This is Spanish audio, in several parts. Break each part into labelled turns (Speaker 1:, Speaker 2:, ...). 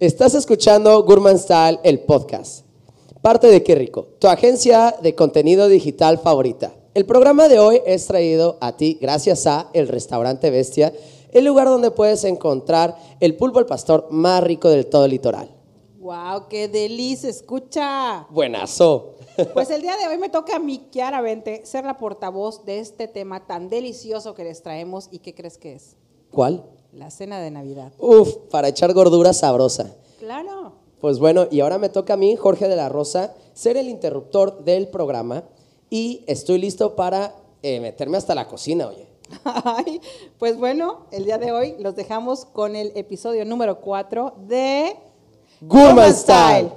Speaker 1: Estás escuchando Gourmand Style, el podcast. Parte de Qué Rico, tu agencia de contenido digital favorita. El programa de hoy es traído a ti gracias a El Restaurante Bestia, el lugar donde puedes encontrar el pulpo al pastor más rico del todo el litoral.
Speaker 2: ¡Wow! ¡Qué delicia! Escucha.
Speaker 1: Buenazo.
Speaker 2: Pues el día de hoy me toca a mí, Kiara Vente, ser la portavoz de este tema tan delicioso que les traemos. ¿Y qué crees que es?
Speaker 1: ¿Cuál?
Speaker 2: La cena de Navidad.
Speaker 1: Uf, para echar gordura sabrosa.
Speaker 2: Claro.
Speaker 1: Pues bueno, y ahora me toca a mí, Jorge de la Rosa, ser el interruptor del programa y estoy listo para eh, meterme hasta la cocina, oye.
Speaker 2: Ay, pues bueno, el día de hoy los dejamos con el episodio número 4 de
Speaker 1: Gourmet Style.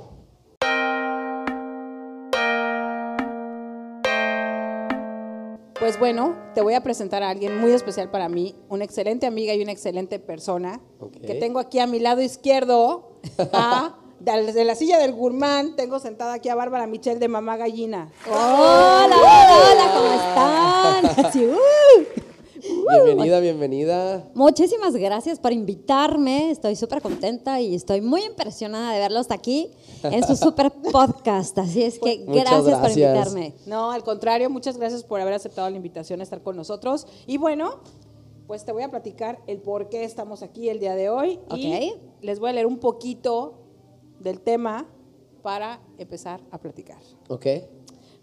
Speaker 2: Pues bueno, te voy a presentar a alguien muy especial para mí, una excelente amiga y una excelente persona
Speaker 1: Ok.
Speaker 2: que tengo aquí a mi lado izquierdo, a- de de la silla del gourmand, tengo sentada aquí a Bárbara Michelle de Mamá Gallina.
Speaker 3: Hola, hola, ¿cómo están? Sí, uh.
Speaker 1: Bienvenida, bienvenida.
Speaker 3: Muchísimas gracias por invitarme. Estoy súper contenta y estoy muy impresionada de verlos aquí en su súper podcast. Así es que
Speaker 1: Muchas
Speaker 3: gracias, por
Speaker 1: gracias.
Speaker 3: invitarme.
Speaker 2: No, al contrario, muchas gracias por haber aceptado la invitación a estar con nosotros. Y bueno, pues te voy a platicar el por qué estamos aquí el día de hoy.
Speaker 3: Ok.
Speaker 2: Y les voy a leer un poquito del tema para empezar a platicar.
Speaker 1: Ok.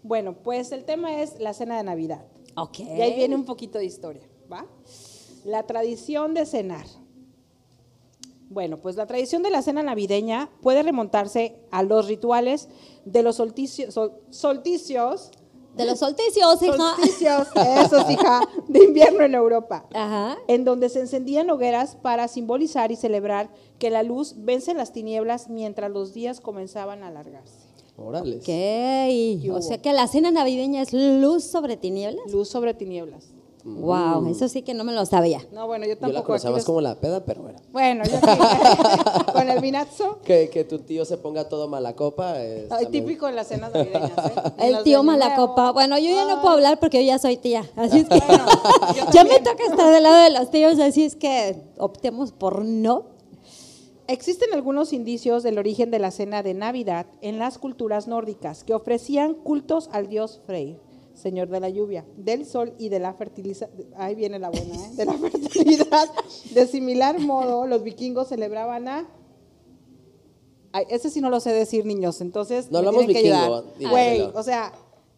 Speaker 2: Bueno, pues el tema es la cena de Navidad.
Speaker 3: Ok.
Speaker 2: Y ahí viene un poquito de historia, ¿va? La tradición de cenar. Bueno, pues la tradición de la cena navideña puede remontarse a los rituales de los solticio- sol- solsticios
Speaker 3: De los solticios, hijo.
Speaker 2: solsticios, esos, hija, de invierno en Europa,
Speaker 3: Ajá.
Speaker 2: en donde se encendían hogueras para simbolizar y celebrar que la luz vence las tinieblas mientras los días comenzaban a alargarse.
Speaker 1: Órale.
Speaker 3: Ok.
Speaker 2: hubo?
Speaker 3: O sea que la cena navideña es luz sobre tinieblas.
Speaker 2: Luz sobre tinieblas.
Speaker 3: Wow, eso sí que no me lo sabía.
Speaker 2: No, bueno, yo
Speaker 1: Yo la
Speaker 2: tampoco. aquí
Speaker 1: conocía más
Speaker 2: les-
Speaker 1: como la peda, pero bueno.
Speaker 2: Bueno, yo sí, con el vinazo.
Speaker 1: Que, que tu tío se ponga todo mala copa. es
Speaker 2: Ay,
Speaker 1: también-
Speaker 2: típico en las cenas navideñas. ¿eh? En
Speaker 3: El
Speaker 2: las
Speaker 3: tío
Speaker 2: de
Speaker 3: Malacopa.
Speaker 2: nuevo.
Speaker 3: Bueno, yo ya
Speaker 2: Ay,
Speaker 3: no puedo hablar porque yo ya soy tía. Así es que
Speaker 2: Bueno, yo
Speaker 3: ya me
Speaker 2: también.
Speaker 3: toca estar del lado de los tíos, así es que optemos por no.
Speaker 2: Existen algunos indicios del origen de la cena de Navidad en las culturas nórdicas que ofrecían cultos al dios Freyr, señor de la lluvia, del sol y de la fertilidad. Ahí viene la buena, ¿eh? De la fertilidad. De similar modo, los vikingos celebraban a. Ay, ese sí no lo sé decir, niños. Entonces,
Speaker 1: No
Speaker 2: me
Speaker 1: hablamos
Speaker 2: tienen que
Speaker 1: vikingo,
Speaker 2: ayudar.
Speaker 1: díganmelo.
Speaker 2: Güey, o sea,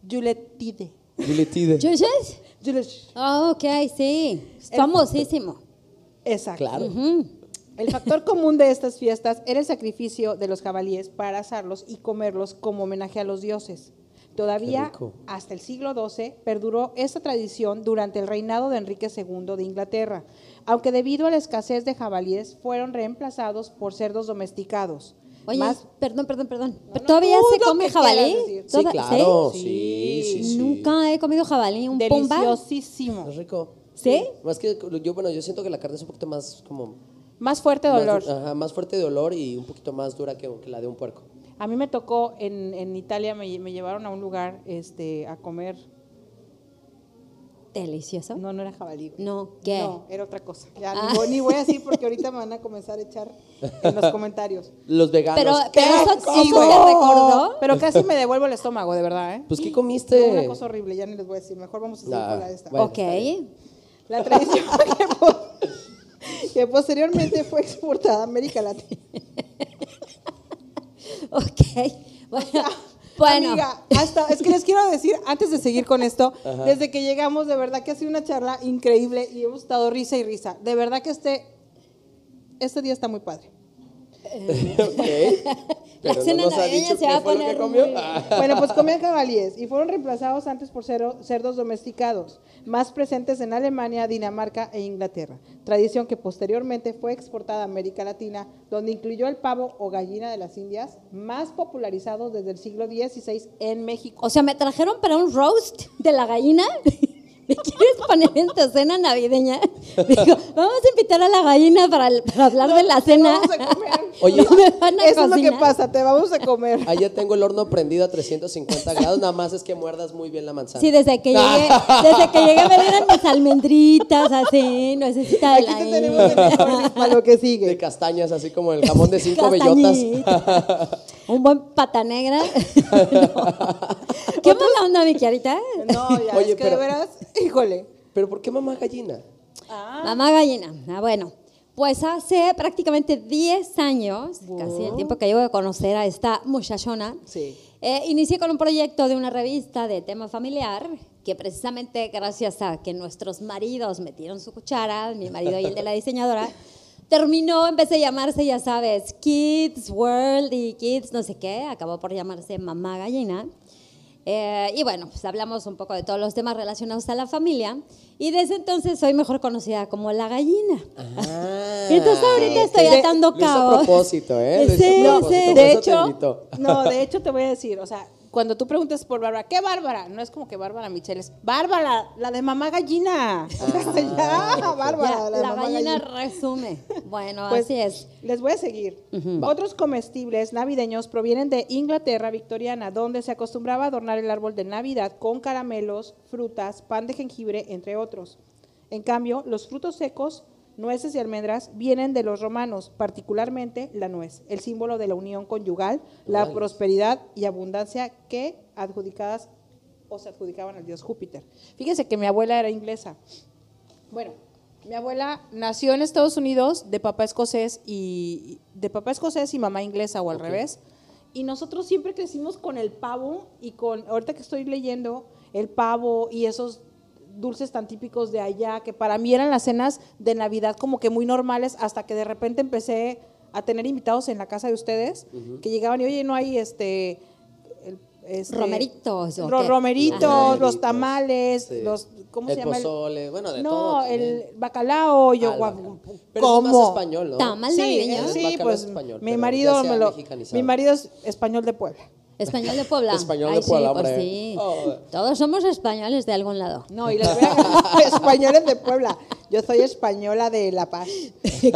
Speaker 2: Yuletide.
Speaker 1: Yuletide.
Speaker 3: ¿Chuches?
Speaker 2: Yulet-
Speaker 3: Ah, ok, sí. Es famosísimo.
Speaker 2: Exacto.
Speaker 1: Claro.
Speaker 2: El factor común de estas fiestas era el sacrificio de los jabalíes para asarlos y comerlos como homenaje a los dioses.
Speaker 1: Qué
Speaker 2: Todavía
Speaker 1: rico.
Speaker 2: hasta el siglo XII perduró esta tradición durante el reinado de Enrique II de Inglaterra, aunque debido a la escasez de jabalíes fueron reemplazados por cerdos domesticados.
Speaker 3: Oye,
Speaker 2: Más-
Speaker 3: perdón, perdón, perdón.
Speaker 2: No,
Speaker 3: ¿Pero
Speaker 2: no,
Speaker 3: ¿Todavía
Speaker 2: tú
Speaker 3: se
Speaker 2: lo
Speaker 3: come
Speaker 2: que
Speaker 3: jabalí?
Speaker 2: quieras decir.
Speaker 1: Sí,
Speaker 3: ¿Toda-
Speaker 1: claro.
Speaker 3: ¿sí?
Speaker 1: Sí, sí, sí.
Speaker 3: Nunca he comido jabalí, un pomba.
Speaker 2: deliciosísimo.
Speaker 1: Es rico.
Speaker 3: ¿Sí?
Speaker 1: Más que yo, bueno, yo siento que la carne es un poquito más como.
Speaker 2: Más fuerte dolor.
Speaker 1: Más, ajá, más fuerte de olor y un poquito más dura que, que la de un puerco.
Speaker 2: A mí me tocó en, en Italia, me, me llevaron a un lugar este, a comer.
Speaker 3: Delicioso.
Speaker 2: No, no era jabalí. güey.
Speaker 3: No, ¿qué?
Speaker 2: No, era otra cosa. Ya,
Speaker 3: Ah.
Speaker 2: ni, voy, ni voy a decir porque ahorita me van a comenzar a echar en los comentarios.
Speaker 1: Los veganos.
Speaker 3: Pero,
Speaker 1: ¿qué?
Speaker 3: pero eso sí
Speaker 2: güey.
Speaker 3: me recordó.
Speaker 2: Pero casi me devuelvo el estómago, de verdad, ¿eh?
Speaker 1: Pues, ¿qué
Speaker 2: Fue
Speaker 1: comiste?
Speaker 2: Una cosa horrible, ya ni les voy a decir. Mejor vamos a seguir
Speaker 1: Ah,
Speaker 2: con la de esta.
Speaker 1: bueno,
Speaker 3: ok.
Speaker 1: está
Speaker 2: La tradición que, po- que posteriormente fue exportada a América Latina.
Speaker 3: Ok. Bueno. bueno.
Speaker 2: Amiga, hasta, es que les quiero decir, antes de seguir con esto, desde que llegamos, de verdad que ha sido una charla increíble y hemos estado risa y risa. De verdad que este, este día está muy padre.
Speaker 1: Ok. Pero no
Speaker 3: cena
Speaker 1: nos ha
Speaker 3: navideña
Speaker 1: dicho
Speaker 3: se
Speaker 1: qué
Speaker 3: va a
Speaker 1: fue lo que
Speaker 3: poner
Speaker 1: comió.
Speaker 3: muy-
Speaker 1: Ah,
Speaker 2: Bueno, pues comían jabalíes y fueron reemplazados antes por cero- cerdos domesticados, más presentes en Alemania, Dinamarca e Inglaterra. Tradición que posteriormente fue exportada a América Latina, donde incluyó el pavo o gallina de las Indias, más popularizados desde el siglo XVI en México.
Speaker 3: O sea, me trajeron para un roast de la gallina. ¿Me quieres poner en tu cena navideña? Digo, vamos a invitar a la gallina para, para hablar de la cena.
Speaker 2: Vamos a comer.
Speaker 1: Oye,
Speaker 3: No me van a
Speaker 2: Eso es lo que
Speaker 3: cocinar.
Speaker 2: pasa, te vamos a comer.
Speaker 1: allá Ah, tengo el horno prendido a 350 grados, nada más es que muerdas muy bien la manzana.
Speaker 3: Sí, desde que llegué, desde que llegué me dieron mis almendritas así, necesita
Speaker 2: Aquí
Speaker 3: el
Speaker 2: te tenemos el mejor para lo que
Speaker 1: De
Speaker 2: sigue.
Speaker 1: castañas, así como el jamón de cinco bellotas.
Speaker 3: Castañita. Un buen pata negra. No. ¿Qué mala onda, mi Kiarita?
Speaker 2: No, ya,
Speaker 1: Oye,
Speaker 2: es que
Speaker 1: pero-
Speaker 2: de veras, híjole.
Speaker 1: Pero ¿por qué mamá gallina?
Speaker 3: Mamá gallina. Ah, bueno. Pues hace prácticamente 10 años, casi el tiempo que llevo de conocer a esta muchachona,
Speaker 2: Sí.
Speaker 3: eh, inicié con un proyecto de una revista de tema familiar, que precisamente gracias a que nuestros maridos metieron su cuchara, mi marido y el de la diseñadora, terminó, empecé a llamarse, ya sabes, Kids World y Kids no sé qué, acabó por llamarse Mamá Gallina. Eh, y bueno, pues hablamos un poco de todos los temas relacionados a la familia. Y desde entonces soy mejor conocida como la gallina.
Speaker 1: Ah,
Speaker 3: Entonces ahorita
Speaker 1: ok.
Speaker 3: estoy atando
Speaker 1: Lo hizo a
Speaker 3: cabos.
Speaker 1: propósito, ¿eh? Lo hizo a
Speaker 3: Sí,
Speaker 1: propósito,
Speaker 3: sí.
Speaker 1: por
Speaker 2: De
Speaker 1: eso te
Speaker 2: hecho,
Speaker 1: invitó.
Speaker 2: no, de hecho te voy a decir, o sea, cuando tú preguntas por Bárbara, ¿qué Bárbara? No es como que Bárbara Michelle, es Bárbara, la de mamá gallina.
Speaker 1: Ah,
Speaker 2: ya, Bárbara,
Speaker 3: Ya,
Speaker 2: la,
Speaker 3: la
Speaker 2: de mamá
Speaker 3: gallina,
Speaker 2: gallina.
Speaker 3: resume. Bueno,
Speaker 2: Pues,
Speaker 3: así es.
Speaker 2: Les voy a seguir.
Speaker 1: Va.
Speaker 2: Otros comestibles navideños provienen de Inglaterra victoriana, donde se acostumbraba a adornar el árbol de Navidad con caramelos, frutas, pan de jengibre, entre otros. En cambio, los frutos secos, nueces y almendras vienen de los romanos, particularmente la nuez, el símbolo de la unión conyugal, la
Speaker 1: Órale.
Speaker 2: prosperidad y abundancia que adjudicadas o se adjudicaban al dios Júpiter. Fíjense que mi abuela era inglesa. Bueno, mi abuela nació en Estados Unidos de papá escocés y de papá escocés y mamá inglesa o al revés. Y nosotros siempre crecimos con el pavo y con ahorita que estoy leyendo el pavo y esos dulces tan típicos de allá que para mí eran las cenas de Navidad como que muy normales hasta que de repente empecé a tener invitados en la casa de ustedes que llegaban y oye, no hay este el- este-
Speaker 3: Romeritos, ¿o
Speaker 2: ro-
Speaker 3: qué?
Speaker 2: romeritos,
Speaker 1: Ajá.
Speaker 2: los tamales,
Speaker 1: Sí.
Speaker 2: los ¿cómo
Speaker 1: el
Speaker 2: se llama? El-
Speaker 1: pozole, bueno, de
Speaker 2: no,
Speaker 1: todo. también.
Speaker 2: el bacalao, yo
Speaker 1: Ah,
Speaker 2: guau,
Speaker 1: el bacalao. Pero
Speaker 2: ¿cómo?
Speaker 1: es más español, ¿no?
Speaker 3: Tamal.
Speaker 2: Sí,
Speaker 3: navideño.
Speaker 2: eh, sí,
Speaker 1: El bacalao
Speaker 2: pues
Speaker 1: es español,
Speaker 2: mi
Speaker 1: pero
Speaker 2: marido
Speaker 1: ya se ha
Speaker 2: me lo,
Speaker 1: mexicanizado.
Speaker 2: mi marido es español de Puebla.
Speaker 3: Español de Puebla.
Speaker 1: Español
Speaker 3: Ay,
Speaker 1: de Puebla,
Speaker 3: sí, pues
Speaker 1: hombre.
Speaker 3: sí.
Speaker 1: Oh.
Speaker 3: Todos somos españoles de algún lado.
Speaker 2: No, y les voy a- españoles de Puebla. Yo soy española de La Paz. Este,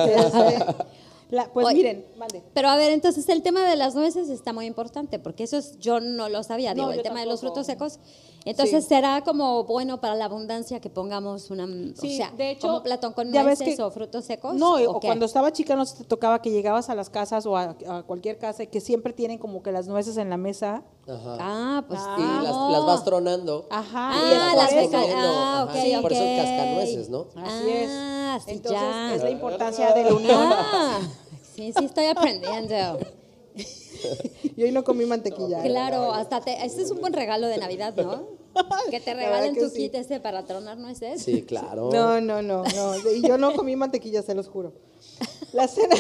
Speaker 2: la- pues
Speaker 3: Oye.
Speaker 2: miren, mande.
Speaker 3: Pero a ver, entonces el tema de las nueces está muy importante, porque eso es- yo no lo sabía,
Speaker 2: No,
Speaker 3: digo,
Speaker 2: yo
Speaker 3: el tema de los
Speaker 2: tampoco.
Speaker 3: frutos secos. Entonces
Speaker 2: Sí.
Speaker 3: será como bueno para la abundancia que pongamos una,
Speaker 2: Sí,
Speaker 3: o sea,
Speaker 2: de hecho,
Speaker 3: como un platón con
Speaker 2: ya ves
Speaker 3: nueces
Speaker 2: que-
Speaker 3: o frutos secos.
Speaker 2: No, o,
Speaker 3: qué?
Speaker 2: cuando estaba chica no se te tocaba que llegabas a las casas o a, a cualquier casa y que siempre tienen como que las nueces en la mesa.
Speaker 1: Ajá.
Speaker 3: Ah, pues
Speaker 1: y
Speaker 3: sí,
Speaker 1: las,
Speaker 3: no.
Speaker 1: las vas tronando.
Speaker 2: Ajá.
Speaker 3: Ah,
Speaker 1: Y las
Speaker 3: las
Speaker 1: vas
Speaker 3: de
Speaker 1: comiendo.
Speaker 3: Ah,
Speaker 1: Ajá,
Speaker 3: ok,
Speaker 1: sí, por eso el
Speaker 3: ok.
Speaker 1: cascanueces, ¿no?
Speaker 2: Así es.
Speaker 3: Ah, sí,
Speaker 2: Entonces,
Speaker 3: ya.
Speaker 2: es la importancia de la unión.
Speaker 3: Ah, sí, sí estoy aprendiendo.
Speaker 2: Y hoy no comí mantequilla. ¿eh?
Speaker 3: Claro, hasta te, este es un buen regalo de Navidad, ¿no? Que te
Speaker 2: La verdad
Speaker 3: regalen
Speaker 2: que
Speaker 3: tu
Speaker 2: sí.
Speaker 3: kit ese para tronar nueces.
Speaker 1: Sí, claro.
Speaker 2: No, no, no, no. Y yo no comí mantequilla, se los juro. La cena.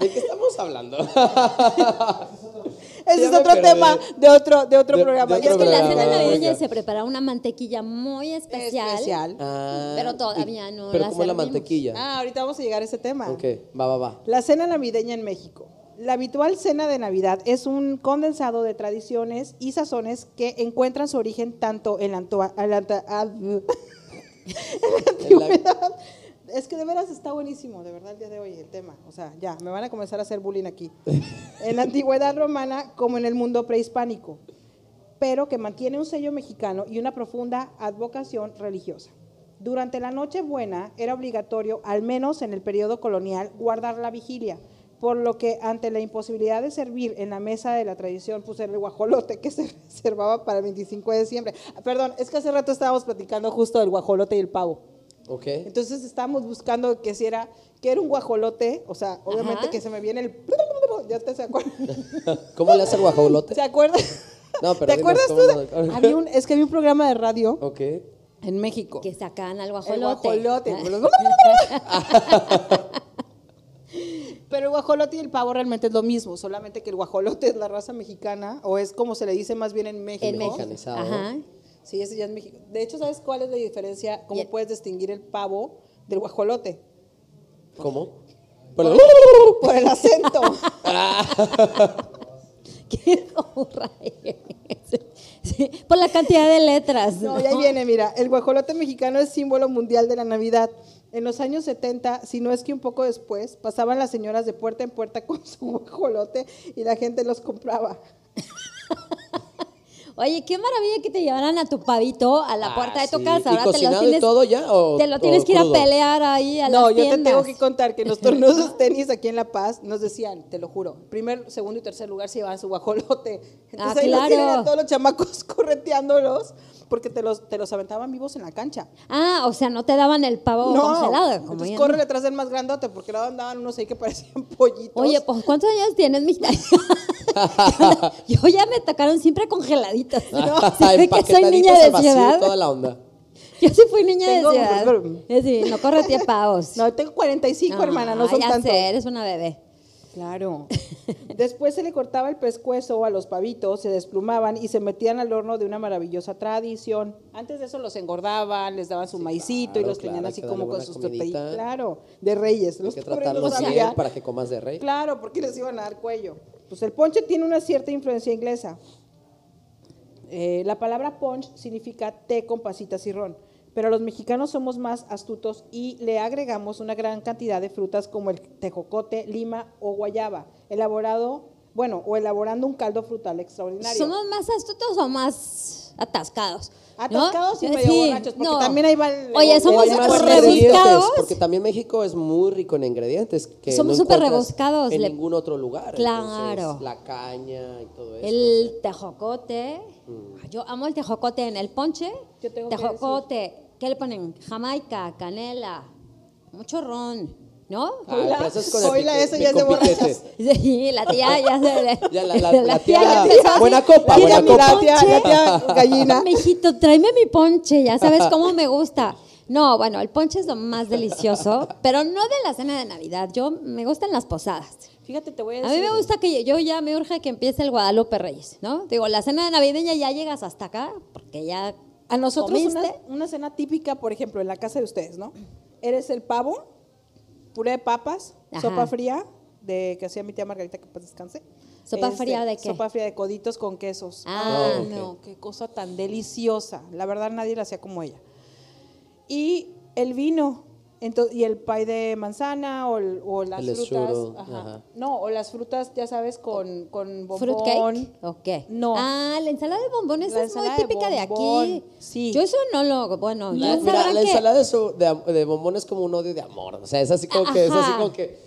Speaker 1: ¿De qué estamos hablando?
Speaker 2: Ese
Speaker 1: Ya
Speaker 2: es
Speaker 1: me
Speaker 2: otro
Speaker 1: perdí.
Speaker 2: tema de otro, de otro
Speaker 1: De-
Speaker 2: programa.
Speaker 1: de
Speaker 2: Ya
Speaker 3: Es
Speaker 1: otro
Speaker 3: que en la
Speaker 1: programa.
Speaker 3: cena navideña
Speaker 1: venga.
Speaker 3: se prepara una mantequilla muy especial.
Speaker 2: especial.
Speaker 1: Ah,
Speaker 3: Pero todavía no
Speaker 1: Pero
Speaker 3: la
Speaker 1: como la
Speaker 3: servimos.
Speaker 1: mantequilla.
Speaker 2: Ah, ahorita vamos a llegar a ese tema.
Speaker 1: Ok, va, va, va.
Speaker 2: La cena navideña en México. La habitual cena de Navidad es un condensado de tradiciones y sazones que encuentran su origen tanto en la, antua- en la anta- ah,
Speaker 1: En la-
Speaker 2: Es que de veras está buenísimo, de verdad, el día de hoy el tema. O sea, ya, me van a comenzar a hacer bullying aquí. En la antigüedad romana como en el mundo prehispánico, pero que mantiene un sello mexicano y una profunda advocación religiosa. Durante la Nochebuena era obligatorio, al menos en el periodo colonial, guardar la vigilia, por lo que ante la imposibilidad de servir en la mesa de la tradición pusieron el guajolote que se reservaba para el 25 de diciembre. Ah, Perdón, es que hace rato estábamos platicando justo del guajolote y el pavo.
Speaker 1: ok.
Speaker 2: Entonces estábamos buscando que si era, que era un guajolote, o sea, obviamente
Speaker 3: Ajá.
Speaker 2: que se me viene el... Ya te se acuerdan.
Speaker 1: ¿Cómo le hace el guajolote?
Speaker 2: ¿Se acuerdan?
Speaker 1: No, pero
Speaker 2: ¿Te
Speaker 1: dinos
Speaker 2: acuerdas tú?
Speaker 1: cómo
Speaker 2: de-
Speaker 1: lo-
Speaker 2: había un- es que había un programa de radio
Speaker 1: Ok.
Speaker 2: en México.
Speaker 3: Que sacan al guajolote. Ah,
Speaker 2: El guajolote. Pero el guajolote y el pavo realmente es lo mismo, solamente que el guajolote es la raza mexicana, o es como se le dice más bien en México.
Speaker 3: En México.
Speaker 1: Mexicanizado.
Speaker 3: Ajá.
Speaker 2: Sí, ese ya es México. De hecho, ¿sabes cuál es la diferencia? ¿Cómo
Speaker 3: Ya.
Speaker 2: puedes distinguir el pavo del guajolote?
Speaker 1: ¿Cómo? Pero- uh.
Speaker 2: Por el acento.
Speaker 3: Qué horror. Sí, Por la cantidad de letras.
Speaker 2: No, ya viene, mira, el guajolote mexicano es símbolo mundial de la Navidad. En los años 70, si no es que un poco después, pasaban las señoras de puerta en puerta con su guajolote y la gente los compraba.
Speaker 3: Oye, qué maravilla que te llevaran a tu pavito a la
Speaker 1: Ah,
Speaker 3: puerta de tu
Speaker 1: sí.
Speaker 3: casa.
Speaker 1: ¿Y
Speaker 3: Ahora te lo
Speaker 1: cocinado y
Speaker 3: tienes,
Speaker 1: todo ya, o-
Speaker 3: te lo
Speaker 1: o
Speaker 3: tienes que ir a
Speaker 1: crudo?
Speaker 3: pelear ahí a
Speaker 2: No,
Speaker 3: las
Speaker 2: yo te tengo
Speaker 3: tiendas.
Speaker 2: que contar que en los tornudos tenis aquí en La Paz nos decían, te lo juro, primer, segundo y tercer lugar se llevaban su guajolote. Entonces
Speaker 3: Ah,
Speaker 2: ahí
Speaker 3: claro.
Speaker 2: los tienen a todos los chamacos correteándolos porque te los, te los aventaban vivos en la cancha.
Speaker 3: Ah, o sea, no te daban el pavo congelado. como
Speaker 2: entonces
Speaker 3: ya no.
Speaker 2: corre detrás del más grandote porque luego andaban unos ahí que parecían pollitos.
Speaker 3: Oye, pues ¿cuántos años tienes, mijita? Yo ya me tocaron siempre congeladitas. Se ve que soy
Speaker 1: Empaquetaditos
Speaker 3: niña
Speaker 1: al
Speaker 3: de
Speaker 1: vacío,
Speaker 3: ciudad.
Speaker 1: toda la onda.
Speaker 3: Yo sí fui niña
Speaker 2: Tengo-
Speaker 3: de ciudad. Es decir, no correte pavos.
Speaker 2: No, tengo 45, hermana, no son
Speaker 3: ya
Speaker 2: tantos.
Speaker 3: sé, eres una bebé.
Speaker 2: Claro. Después se le cortaba el pescuezo a los pavitos, se desplumaban y se metían al horno de una maravillosa tradición. Antes de eso los engordaban, les daban su maicito y
Speaker 1: claro,
Speaker 2: los tenían
Speaker 1: claro, hay
Speaker 2: así
Speaker 1: que
Speaker 2: como
Speaker 1: darle
Speaker 2: con
Speaker 1: buena
Speaker 2: sus
Speaker 1: comidita.
Speaker 2: tortillas. Claro, de reyes.
Speaker 1: Hay
Speaker 2: Los
Speaker 1: que
Speaker 2: pobres no
Speaker 1: tratarlos bien
Speaker 2: sabían.
Speaker 1: para que comas de rey.
Speaker 2: Claro, porque les iban a dar cuello. Pues el ponche tiene una cierta influencia inglesa. Eh, la palabra punch significa té con pasitas y ron, pero los mexicanos somos más astutos y le agregamos una gran cantidad de frutas como el tejocote, lima o guayaba, elaborado, bueno, o elaborando un caldo frutal extraordinario.
Speaker 3: ¿Somos más astutos o más atascados? ¿No?
Speaker 2: Atascados y
Speaker 3: Eh,
Speaker 2: medio borrachos, porque también ahí va el-
Speaker 3: Oye,
Speaker 2: el-
Speaker 3: somos
Speaker 2: el-
Speaker 1: Hay más
Speaker 2: súper
Speaker 1: ingredientes,
Speaker 3: rebuscados.
Speaker 1: porque también México es muy rico en ingredientes. Que
Speaker 3: Somos
Speaker 1: no
Speaker 3: súper
Speaker 1: encuentras
Speaker 3: rebuscados,
Speaker 1: En
Speaker 3: le-
Speaker 1: ningún otro lugar.
Speaker 3: Claro.
Speaker 1: Entonces, la caña y todo eso.
Speaker 3: El tejocote.
Speaker 1: Mm.
Speaker 3: Yo amo el tejocote en el ponche.
Speaker 2: Yo tengo que
Speaker 3: tejocote. ¿Qué le ponen? Jamaica, canela, mucho ron, ¿no?
Speaker 1: Ah,
Speaker 2: Hola,
Speaker 1: pero eso es con el
Speaker 2: soy la
Speaker 1: pique-
Speaker 2: esa ya
Speaker 1: con
Speaker 2: es de
Speaker 1: piquete.
Speaker 2: borrachos.
Speaker 3: Sí, la tía ya se...
Speaker 1: Ya la- la- la tía-
Speaker 3: empezó así,
Speaker 1: buena copa,
Speaker 3: "Tía,
Speaker 1: buena
Speaker 3: mi
Speaker 1: copa".
Speaker 2: La tía- la tía gallina.
Speaker 3: Mijito, tráeme mi ponche, ya sabes cómo me gusta. No, bueno, el ponche es lo más delicioso, pero no de la cena de Navidad. Yo me gustan las posadas.
Speaker 2: Fíjate, te voy a
Speaker 3: A
Speaker 2: decir.
Speaker 3: mí me gusta que yo ya me urge que empiece el Guadalupe Reyes, ¿no? Digo, la cena de navideña ya llegas hasta acá, porque ya
Speaker 2: A nosotros una,
Speaker 3: comiste.
Speaker 2: una cena típica, por ejemplo, en la casa de ustedes, ¿no? Eres el pavo, puré de papas,
Speaker 3: Ajá.
Speaker 2: sopa fría de que hacía mi tía Margarita que pues descanse. Este,
Speaker 3: ¿Sopa fría de qué?
Speaker 2: Sopa fría de coditos con quesos.
Speaker 3: Ah.
Speaker 2: Ay,
Speaker 1: Ah,
Speaker 2: no,
Speaker 1: ok.
Speaker 2: qué cosa tan deliciosa. La verdad nadie la hacía como ella. Y el vino, ento- y el pay de manzana o, el- o las
Speaker 1: El
Speaker 2: frutas.
Speaker 1: esuro,
Speaker 2: ajá.
Speaker 1: ajá.
Speaker 2: No, o las frutas, ya sabes, con, con bombón.
Speaker 3: ¿Fruitcake? ¿O qué?
Speaker 2: No.
Speaker 3: Ah, la ensalada de bombones
Speaker 2: La
Speaker 3: es muy
Speaker 2: ensalada de
Speaker 3: típica de, aquí.
Speaker 2: bombón, sí.
Speaker 3: Yo eso no lo, bueno,
Speaker 1: La,
Speaker 3: ya
Speaker 1: mira,
Speaker 3: sabrán
Speaker 1: la
Speaker 3: que-
Speaker 1: ensalada de, su- de, am- de bombón es como un odio de amor. O sea, es así como que. Es así
Speaker 3: Ajá.
Speaker 1: como que.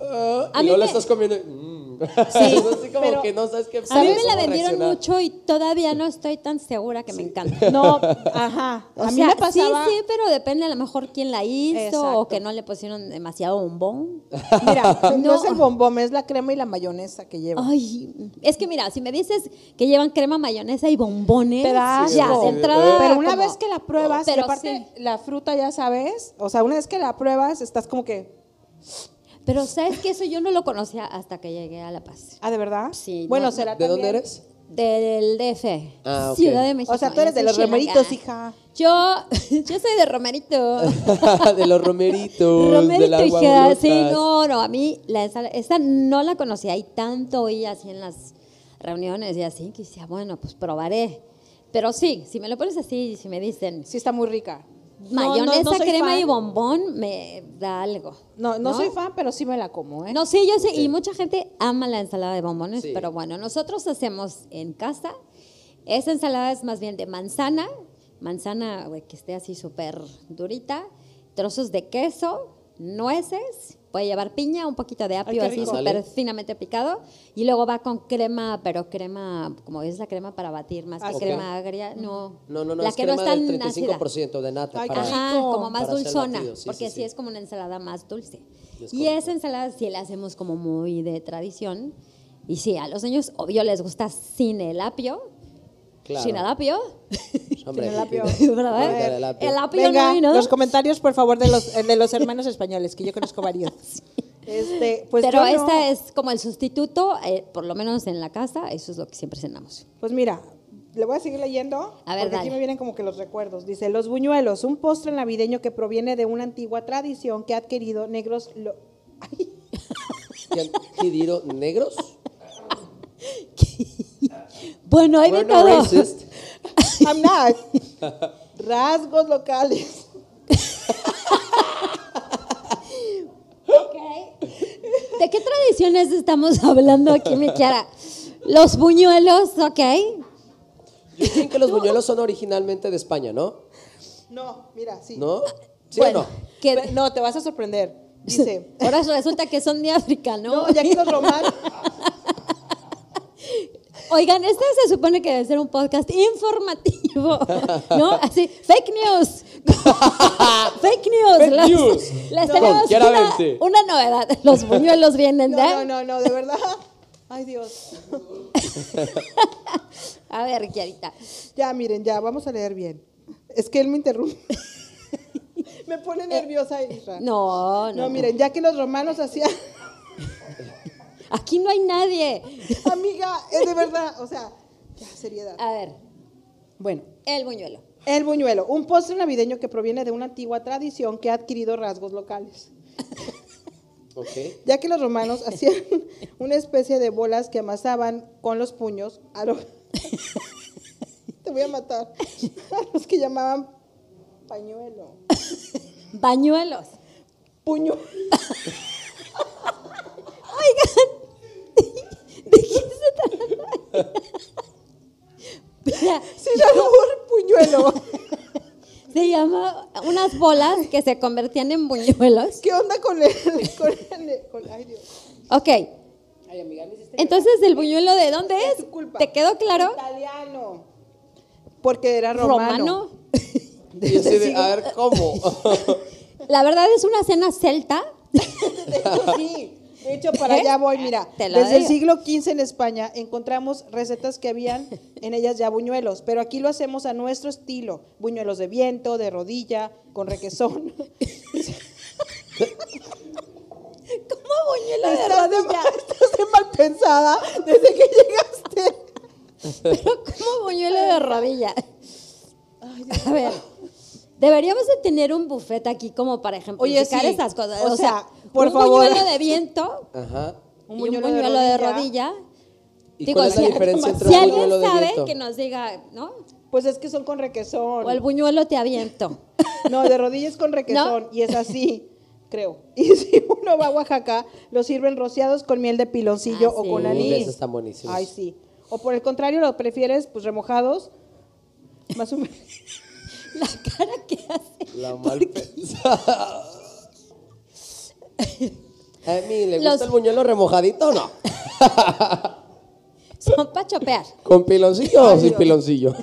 Speaker 1: ah,
Speaker 3: A
Speaker 1: y
Speaker 3: mí
Speaker 1: no la
Speaker 3: me-
Speaker 1: estás comiendo. y, mm. es así como
Speaker 2: pero
Speaker 1: que no sabes qué.
Speaker 3: A mí
Speaker 1: sabes
Speaker 3: me la
Speaker 1: cómo
Speaker 3: vendieron
Speaker 1: reaccionar.
Speaker 3: mucho y todavía no estoy tan segura que me encanta.
Speaker 2: No, ajá.
Speaker 3: O
Speaker 2: a mí
Speaker 3: sea,
Speaker 2: me pasaba.
Speaker 3: Sí, sí, pero depende a lo mejor quién la hizo o
Speaker 2: Exacto.
Speaker 3: que no le pusieron demasiado bombón.
Speaker 2: Mira, no.
Speaker 3: No.
Speaker 2: es el bombón, es la crema y la mayonesa que lleva.
Speaker 3: Ay, es que mira, si me dices que llevan crema, mayonesa y bombones,
Speaker 2: Te da
Speaker 3: ya,
Speaker 2: asco.
Speaker 3: de entrada.
Speaker 2: Pero una
Speaker 3: como-
Speaker 2: vez que la pruebas, y
Speaker 3: pero
Speaker 2: aparte
Speaker 3: sí.
Speaker 2: la fruta ya sabes, o sea, una vez que la pruebas, estás como que,
Speaker 3: Pero sabes que eso yo no lo conocía hasta que llegué a La Paz.
Speaker 2: ah, ¿de verdad?
Speaker 3: Sí,
Speaker 2: Bueno,
Speaker 3: no,
Speaker 2: será
Speaker 1: ¿De dónde
Speaker 2: también-
Speaker 1: eres?
Speaker 3: Del DF,
Speaker 1: Ah, ok.
Speaker 3: Ciudad de México.
Speaker 2: O sea, tú
Speaker 3: yo
Speaker 2: eres de
Speaker 3: soy
Speaker 2: los
Speaker 3: chilanga.
Speaker 2: remeritos, hija.
Speaker 3: Yo, yo soy de Romerito.
Speaker 1: de los romeritos.
Speaker 3: Romero
Speaker 1: de las
Speaker 3: y Trijeda, ah, sí,
Speaker 1: guajolotas.
Speaker 3: no, no, a mí la ensala- esta no la conocía y tanto oí así en las reuniones y así que decía, bueno, pues probaré. Pero sí, si me lo pones así, si me dicen
Speaker 2: Sí, está muy rica. No, no,
Speaker 3: mayonesa,
Speaker 2: no soy
Speaker 3: crema
Speaker 2: fan.
Speaker 3: y bombón, me da algo.
Speaker 2: No, no, soy fan, pero sí me la como, ¿eh?
Speaker 3: No, sí, yo sé, y mucha gente ama la ensalada de bombones,
Speaker 1: Sí.
Speaker 3: pero bueno, nosotros hacemos en casa. Esa ensalada es más bien de manzana, manzana güey, que esté así súper durita, trozos de queso, nueces, puede llevar piña, un poquito de apio
Speaker 2: qué
Speaker 3: así
Speaker 2: rico.
Speaker 3: súper
Speaker 1: Ándale.
Speaker 3: finamente picado, y luego va con crema, pero crema, como es la crema para batir, más que
Speaker 2: Ácida.
Speaker 3: crema agria, no.
Speaker 1: No, no, no.
Speaker 3: la
Speaker 1: es
Speaker 3: que
Speaker 1: crema
Speaker 3: no es tan
Speaker 1: del
Speaker 3: ácida.
Speaker 1: 35% de nata.
Speaker 2: Ay,
Speaker 1: para-
Speaker 2: qué
Speaker 3: Ajá,
Speaker 2: rico.
Speaker 3: como más
Speaker 1: Para hacer
Speaker 3: dulzona,
Speaker 1: batido, sí,
Speaker 3: porque
Speaker 1: sí,
Speaker 3: así
Speaker 1: sí.
Speaker 3: es como una ensalada más dulce.
Speaker 1: Es
Speaker 3: y
Speaker 1: correcto.
Speaker 3: esa ensalada sí la hacemos como muy de tradición. Y sí, a los niños, obvio, les gusta sin el apio.
Speaker 1: Claro.
Speaker 3: Sin el apio.
Speaker 1: Hombre,
Speaker 2: Sin el apio.
Speaker 3: ¿Verdad?
Speaker 1: Venga, el apio.
Speaker 3: no
Speaker 2: Venga,
Speaker 3: hay, ¿no?
Speaker 2: los comentarios, por favor, de los, eh, de los hermanos españoles, que yo conozco varios. Este, pues
Speaker 3: Pero
Speaker 2: yo no.
Speaker 3: esta es como el sustituto, eh, por lo menos en la casa, eso es lo que siempre cenamos.
Speaker 2: Pues mira, le voy a seguir leyendo.
Speaker 3: A ver,
Speaker 2: porque
Speaker 3: dale.
Speaker 2: aquí me vienen como que los recuerdos. Dice, los buñuelos, un postre navideño que proviene de una antigua tradición que ha adquirido negros... lo- Ay,
Speaker 1: ¿Qué han adquirido negros?
Speaker 3: Bueno, hay de
Speaker 1: We're
Speaker 3: todo.
Speaker 1: pues not racist.
Speaker 2: I'm not. Rasgos locales.
Speaker 3: Ok. ¿De qué tradiciones estamos hablando aquí, mi Kiara? Los buñuelos, ok.
Speaker 1: Dicen que los buñuelos son originalmente de España, ¿no?
Speaker 2: No, mira, sí.
Speaker 1: ¿No? ¿Sí
Speaker 3: Bueno,
Speaker 1: o no?
Speaker 3: que-
Speaker 2: Pe- No, te vas a sorprender. Dice.
Speaker 3: Ahora resulta que son de África, ¿no?
Speaker 2: No, ya que los romanos.
Speaker 3: Oigan, este se supone que debe ser un podcast informativo, ¿no? Así, fake news. fake news.
Speaker 1: Fake
Speaker 3: Las-
Speaker 1: news.
Speaker 3: Les
Speaker 1: No.
Speaker 3: tenemos
Speaker 1: Quiera
Speaker 3: una,
Speaker 1: verte.
Speaker 3: una novedad. Los buñuelos vienen
Speaker 2: No,
Speaker 3: de...
Speaker 2: no, no, no, de verdad. Ay, Dios.
Speaker 3: A ver, Kiarita.
Speaker 2: Ya, miren, ya, vamos a leer bien. Es que él me interrumpe. me pone nerviosa, Isra.
Speaker 3: No, no.
Speaker 2: No,
Speaker 3: no.
Speaker 2: miren, ya que los romanos hacían.
Speaker 3: Aquí no hay nadie.
Speaker 2: Amiga, es de verdad. O sea, ya, seriedad.
Speaker 3: A ver,
Speaker 2: Bueno,
Speaker 3: el buñuelo.
Speaker 2: el buñuelo, un postre navideño que proviene de una antigua tradición que ha adquirido rasgos locales.
Speaker 1: Ok.
Speaker 2: ya que los romanos hacían una especie de bolas que amasaban con los puños a los... Te voy a matar. A los que llamaban pañuelo.
Speaker 3: Bañuelos.
Speaker 2: Puño.
Speaker 3: ¿De qué se trata? Mira,
Speaker 2: Sin albur, puñuelo.
Speaker 3: se llama unas bolas que se convertían en buñuelos.
Speaker 2: ¿Qué onda con el, con el- con- ay, Dios.
Speaker 3: Ok. Entonces, ¿el buñuelo de dónde es?
Speaker 2: tu culpa.
Speaker 3: ¿Te quedó claro?
Speaker 2: Italiano. Porque era romano.
Speaker 3: Romano.
Speaker 1: Y así de, a ver, ¿cómo?
Speaker 3: La verdad es una cena celta.
Speaker 2: Sí. De hecho, para
Speaker 3: ¿Eh?
Speaker 2: allá voy, mira.
Speaker 3: Te lo
Speaker 2: Desde el
Speaker 3: digo.
Speaker 2: siglo XV en España encontramos recetas que habían en ellas ya buñuelos, pero aquí lo hacemos a nuestro estilo. Buñuelos de viento, de rodilla, con requesón.
Speaker 3: ¿Cómo buñuelo de
Speaker 2: Estás de,
Speaker 3: rodilla?
Speaker 2: mal, estás de mal pensada desde que llegaste.
Speaker 3: Pero ¿cómo buñuelo de rodilla? A ver, deberíamos de tener un buffet aquí como para
Speaker 2: Oye,
Speaker 3: ejemplificar
Speaker 2: sí.
Speaker 3: estas cosas.
Speaker 2: O sea, por
Speaker 3: un
Speaker 2: favor.
Speaker 3: buñuelo de viento
Speaker 1: Ajá.
Speaker 2: Un
Speaker 3: y un
Speaker 2: buñuelo de
Speaker 3: buñuelo de
Speaker 2: rodilla.
Speaker 3: rodilla.
Speaker 1: ¿Y cuál es la
Speaker 3: si-
Speaker 1: diferencia entre
Speaker 3: si
Speaker 1: un
Speaker 3: alguien
Speaker 1: buñuelo de
Speaker 3: sabe,
Speaker 1: viento?
Speaker 3: que nos diga, ¿no?
Speaker 2: Pues es que son con requesón.
Speaker 3: O el buñuelo te aviento.
Speaker 2: No, de rodillas con requesón. Y es así, creo. Y si uno va a Oaxaca, lo sirven rociados con miel de piloncillo
Speaker 3: Ah,
Speaker 2: o
Speaker 3: sí.
Speaker 2: con
Speaker 3: Uh,
Speaker 2: anís.
Speaker 1: esos están buenísimos.
Speaker 2: Ay, sí. O por el contrario, lo prefieres, pues remojados. Más o menos.
Speaker 3: La cara que hace.
Speaker 1: La mal pensada. Emi, ¿le gusta
Speaker 3: Los-
Speaker 1: el buñuelo remojadito o no?
Speaker 3: Son para chopear.
Speaker 1: ¿Con piloncillo o
Speaker 2: Ay,
Speaker 1: sin
Speaker 2: Dios.
Speaker 1: piloncillo?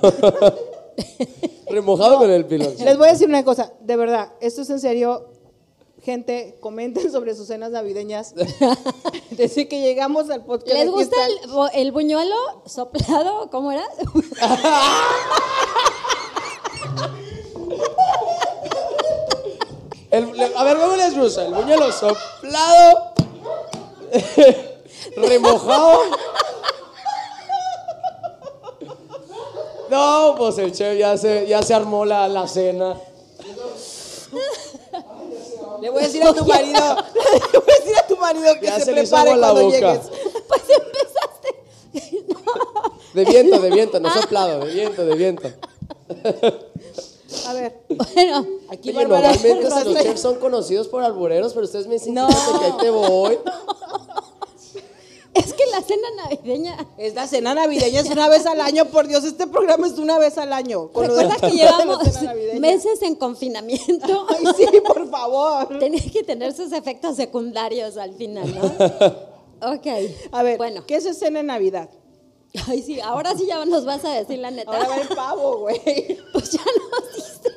Speaker 1: Remojado con el piloncillo.
Speaker 2: Les voy a decir una cosa, de verdad, esto es en serio. Gente, comenten sobre sus cenas navideñas. Desde que llegamos al podcast.
Speaker 3: ¿Les
Speaker 2: aquí
Speaker 3: gusta
Speaker 2: están.
Speaker 3: el, bu- el buñuelo soplado? ¿Cómo era? Pues
Speaker 1: El- le- a ver, ¿cómo les gusta? El buñuelo soplado, remojado. No, pues el chef ya se, ya se armó la, la cena.
Speaker 2: Le voy a decir a tu marido, le voy a decir a tu marido que
Speaker 1: Ya
Speaker 2: se,
Speaker 1: se le hizo
Speaker 2: prepare
Speaker 1: agua a la
Speaker 2: cuando
Speaker 1: boca.
Speaker 2: llegues.
Speaker 3: Pues empezaste.
Speaker 1: De viento, de viento, no soplado, de viento, de viento.
Speaker 2: A ver.
Speaker 3: Bueno,
Speaker 2: Aquí
Speaker 1: Oye,
Speaker 2: Bárbara
Speaker 1: normalmente
Speaker 2: nos
Speaker 1: los
Speaker 2: hace-
Speaker 1: chefs son conocidos por albureros, pero ustedes me dicen
Speaker 2: No.
Speaker 1: "Quítate, que ahí te voy.
Speaker 3: es que la cena navideña.
Speaker 2: Es la cena navideña, es una vez al año, por Dios, este programa es una vez al año. Con lo de-
Speaker 3: Recuerda que
Speaker 2: con lo de la
Speaker 3: llevamos
Speaker 2: cena navideña.
Speaker 3: meses en confinamiento.
Speaker 2: Ay, sí, por favor.
Speaker 3: Tenía que tener sus efectos secundarios al final, ¿no? Ok.
Speaker 2: A ver,
Speaker 3: Bueno.
Speaker 2: ¿qué es cena en Navidad?
Speaker 3: Ay, sí, ahora sí ya nos vas a decir la neta.
Speaker 2: Ahora va el pavo, güey.
Speaker 3: Pues ya nos diste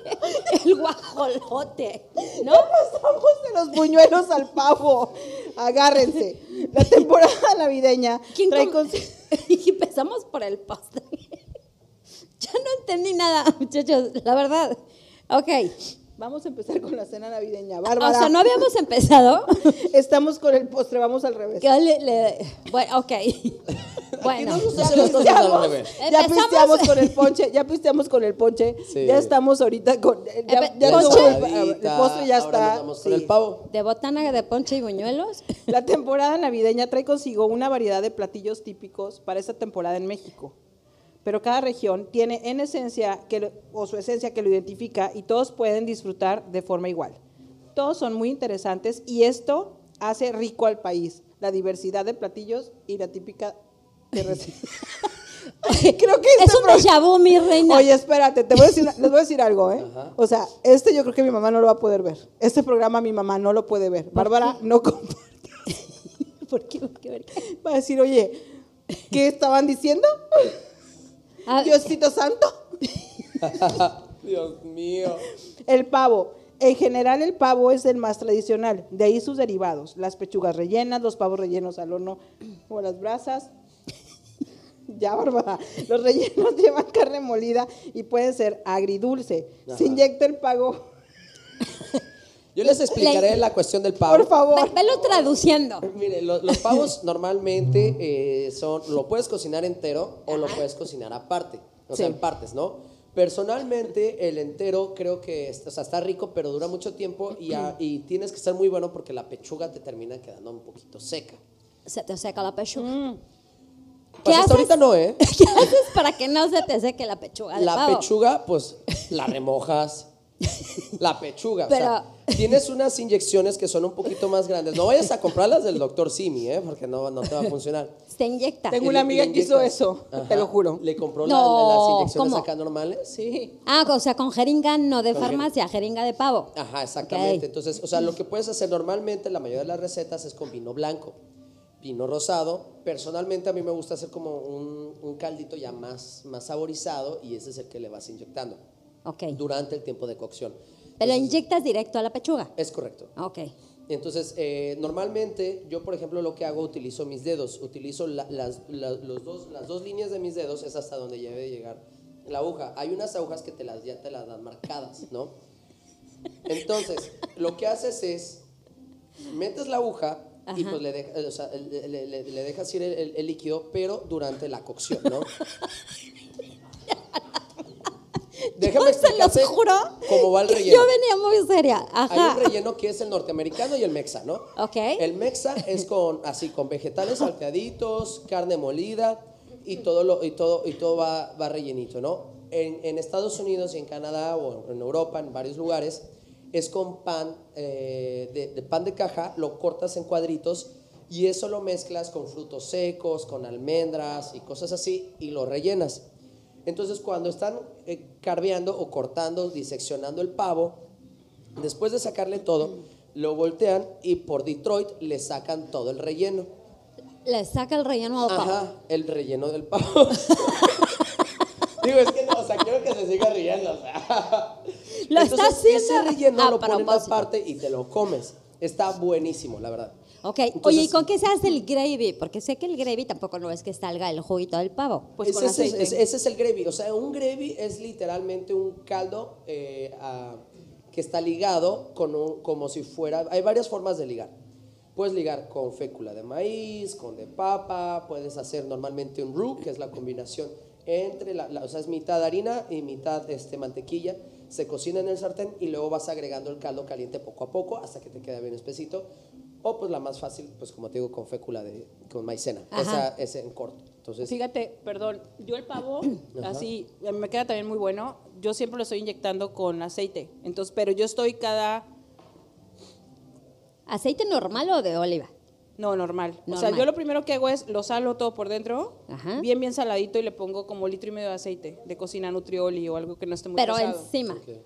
Speaker 3: el guajolote, ¿no?
Speaker 2: ¿Cómo estamos de los buñuelos al pavo? Agárrense. La temporada navideña
Speaker 3: ¿Quién
Speaker 2: trae
Speaker 3: com-
Speaker 2: consigo-
Speaker 3: y empezamos por el postre. ya no entendí nada, muchachos, la verdad. Ok.
Speaker 2: Vamos a empezar con la cena navideña.
Speaker 3: O
Speaker 2: Bárbara.
Speaker 3: sea, no habíamos empezado.
Speaker 2: Estamos con el postre, vamos al revés.
Speaker 3: Yo le- le- bueno, ok.
Speaker 1: Y
Speaker 3: Bueno.
Speaker 1: nos gusta hacer las cosas al revés.
Speaker 2: Ya
Speaker 3: Empezamos-
Speaker 2: pisteamos con el ponche, ya pisteamos con el ponche,
Speaker 1: Sí.
Speaker 2: ya estamos ahorita con ya,
Speaker 3: Empe-
Speaker 2: ya
Speaker 3: Ponche.
Speaker 2: estuvo el, el postre ya
Speaker 1: Ahora nos
Speaker 2: está.
Speaker 1: vamos con
Speaker 2: sí.
Speaker 1: el pavo.
Speaker 3: De botana de ponche y buñuelos.
Speaker 2: La temporada navideña trae consigo una variedad de platillos típicos para esta temporada en México. Pero cada región tiene en esencia que lo- o su esencia que lo identifica y todos pueden disfrutar de forma igual. Todos son muy interesantes y esto hace rico al país, la diversidad de platillos y la típica de reci- Creo que
Speaker 3: Es
Speaker 2: este
Speaker 3: un
Speaker 2: pro-
Speaker 3: déjà vu, mi reina.
Speaker 2: Oye, espérate, te voy a decir, una- les voy a decir algo, ¿eh? O sea, este yo creo que mi mamá no lo va a poder ver. Este programa mi mamá no lo puede ver. Bárbara no comparte.
Speaker 3: ¿Por qué? ¿Por qué? ¿Por qué?
Speaker 2: Va a decir, oye, ¿qué estaban diciendo?
Speaker 3: Ah,
Speaker 2: Diosito Santo.
Speaker 1: Dios mío.
Speaker 2: El pavo. En general el pavo es el más tradicional, de ahí sus derivados, las pechugas rellenas, los pavos rellenos al horno o las brasas. Ya, Bárbara. Los rellenos llevan carne molida y pueden ser agridulce. Se inyecta el pavo,
Speaker 1: Yo les explicaré
Speaker 3: La-
Speaker 1: la cuestión del pavo.
Speaker 2: por favor.
Speaker 3: ve- velo traduciendo.
Speaker 1: Mire, lo- los pavos normalmente eh, son, lo puedes cocinar entero o lo puedes cocinar aparte, o sea,
Speaker 2: Sí.
Speaker 1: en partes, ¿no? Personalmente, el entero creo que, es- o sea, está rico, pero dura mucho tiempo y, a- y tienes que ser muy bueno porque la pechuga te termina quedando un poquito seca.
Speaker 3: Se te seca la pechuga.
Speaker 2: Mm.
Speaker 1: Pues
Speaker 3: ¿Qué
Speaker 1: hasta
Speaker 3: haces?
Speaker 1: ahorita no, ¿eh?
Speaker 3: ¿Qué haces para que no se te seque la pechuga del
Speaker 1: La
Speaker 3: pavo?
Speaker 1: pechuga, pues la remojas. La pechuga. o sea, tienes unas inyecciones que son un poquito más grandes. No vayas a comprarlas del doctor Simi, ¿eh? Porque no, no te va a funcionar.
Speaker 3: Se inyecta.
Speaker 2: Tengo
Speaker 1: Y
Speaker 2: una
Speaker 1: le-
Speaker 2: amiga
Speaker 1: le
Speaker 2: que hizo
Speaker 1: inyectas.
Speaker 2: eso,
Speaker 1: Ajá.
Speaker 2: te lo juro.
Speaker 1: ¿Le compró
Speaker 3: No,
Speaker 1: la- la- las inyecciones
Speaker 3: ¿cómo?
Speaker 1: acá normales? Sí.
Speaker 3: Ah, o sea, con jeringa no de
Speaker 1: Con jeringa.
Speaker 3: farmacia, jeringa de pavo.
Speaker 2: Ah,
Speaker 1: Ajá, exactamente.
Speaker 3: Ok.
Speaker 1: Entonces, o sea, lo que puedes hacer normalmente, la mayoría de las recetas es con vino blanco, vino rosado. Personalmente a mí me gusta hacer como un, un caldito ya más, más saborizado y ese es el que le vas inyectando
Speaker 3: Ok.
Speaker 1: durante el tiempo de cocción.
Speaker 3: Pero inyectas directo a la pechuga. Ah,
Speaker 1: Es correcto.
Speaker 3: Ok.
Speaker 1: Entonces, eh, normalmente yo, por ejemplo, lo que hago, utilizo mis dedos, utilizo la- las, la- los dos, las dos líneas de mis dedos, es hasta donde debe de llegar la aguja. Hay unas agujas que te las, ya te las dan marcadas, ¿no? Entonces, lo que haces es, metes la aguja y
Speaker 3: Ajá.
Speaker 1: pues le, deja- eh, o sea, le- le- le- le dejas ir el, el- el líquido, pero durante la cocción, ¿no? Déjame
Speaker 3: Yo se
Speaker 1: explicarte
Speaker 3: los juro.
Speaker 1: cómo va el
Speaker 3: que
Speaker 1: relleno.
Speaker 3: Yo venía muy seria. Ajá.
Speaker 1: Hay un relleno que es el norteamericano y el mexa, ¿no?
Speaker 3: Ok.
Speaker 1: El mexa es con así con vegetales salteaditos, carne molida y todo lo y todo y todo va, va rellenito, ¿no? En, en Estados Unidos y en Canadá o en Europa, en varios lugares, es con pan eh, de, de pan de caja, lo cortas en cuadritos y eso lo mezclas con frutos secos, con almendras y cosas así y lo rellenas. Entonces, cuando están eh, carveando o cortando, diseccionando el pavo, Después de sacarle todo, lo voltean y por Detroit le sacan todo el relleno.
Speaker 3: Le saca el relleno al pavo.
Speaker 1: Ajá, el relleno del pavo. Digo, es que no, o sea, quiero que se siga riendo. o sea.
Speaker 3: Lo está haciendo
Speaker 1: Ese relleno
Speaker 3: a
Speaker 1: lo ponen
Speaker 3: propósito.
Speaker 1: aparte y te lo comes. Está buenísimo, la verdad.
Speaker 3: Ok. Oye,
Speaker 1: Entonces-
Speaker 3: ¿y con qué se hace el gravy? Porque sé que el gravy tampoco no es que salga el juguito del pavo.
Speaker 2: Pues con
Speaker 1: ese, es,
Speaker 2: aceite.
Speaker 1: ese- ese es el gravy. O sea, un gravy es literalmente un caldo eh, ah, que está ligado con un- como si fuera. Hay varias formas de ligar. Puedes ligar con fécula de maíz, con de papa, puedes hacer normalmente un roux, que es la combinación entre la, la- o sea, es mitad harina y mitad este, mantequilla. Se cocina en el sartén y luego vas agregando el caldo caliente poco a poco hasta que te queda bien espesito. O pues la más fácil, pues como te digo, con fécula de con maicena.
Speaker 3: Ajá.
Speaker 1: Esa es en corto. Entonces,
Speaker 2: Fíjate, perdón, yo el pavo, así, a mí me queda también muy bueno. Yo siempre lo estoy inyectando con aceite. Entonces, pero yo estoy cada.
Speaker 3: ¿Aceite normal o de oliva?
Speaker 2: No, normal. O sea,
Speaker 3: Normal.
Speaker 2: yo lo primero que hago es lo salo todo por dentro,
Speaker 3: Ajá.
Speaker 2: bien, bien saladito, y le pongo como litro y medio de aceite de cocina nutrioli o algo que no esté muy
Speaker 3: Pero
Speaker 2: pesado.
Speaker 3: encima. Ah,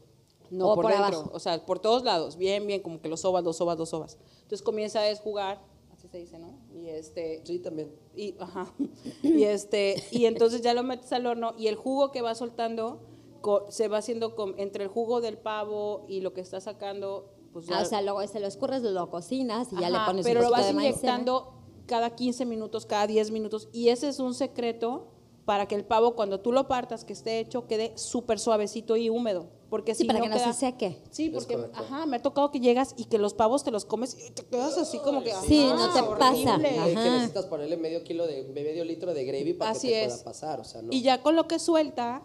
Speaker 2: No,
Speaker 3: o
Speaker 2: por,
Speaker 3: por
Speaker 2: dentro.
Speaker 3: abajo.
Speaker 2: O sea, por todos lados. Bien, bien, como que lo sobas, lo sobas, lo sobas. Entonces comienza a jugar, así se dice, ¿no? Y este.
Speaker 1: Sí, también.
Speaker 2: y ajá, y este y entonces ya lo metes al horno y el jugo que va soltando co- se va haciendo con- entre el jugo del pavo y lo que está sacando pues ya-
Speaker 3: Ah, o sea, luego se lo escurres, lo cocinas y ya le
Speaker 2: Ajá,
Speaker 3: pones
Speaker 2: pero
Speaker 3: un
Speaker 2: lo
Speaker 3: poquito
Speaker 2: vas
Speaker 3: de ¿eh? maicena.
Speaker 2: inyectando cada 15 minutos cada 10 minutos y ese es un secreto para que el pavo cuando tú lo partas que esté hecho quede súper suavecito y húmedo porque
Speaker 3: Sí,
Speaker 2: si
Speaker 3: para
Speaker 2: no
Speaker 3: que no
Speaker 2: queda-
Speaker 3: se seque.
Speaker 2: sí
Speaker 1: Es
Speaker 2: porque
Speaker 1: correcto.
Speaker 2: ajá me ha tocado que llegas y que los pavos te los comes y te quedas así como que ah,
Speaker 3: Sí,
Speaker 2: ajá,
Speaker 3: no te
Speaker 2: horrible.
Speaker 3: pasa.
Speaker 1: Eh, Ah, Que
Speaker 3: Ajá.
Speaker 1: necesitas ponerle medio kilo de medio litro de gravy para
Speaker 2: Así
Speaker 1: que te
Speaker 2: es.
Speaker 1: pueda pasar, o sea, no.
Speaker 2: Y ya con lo que suelta,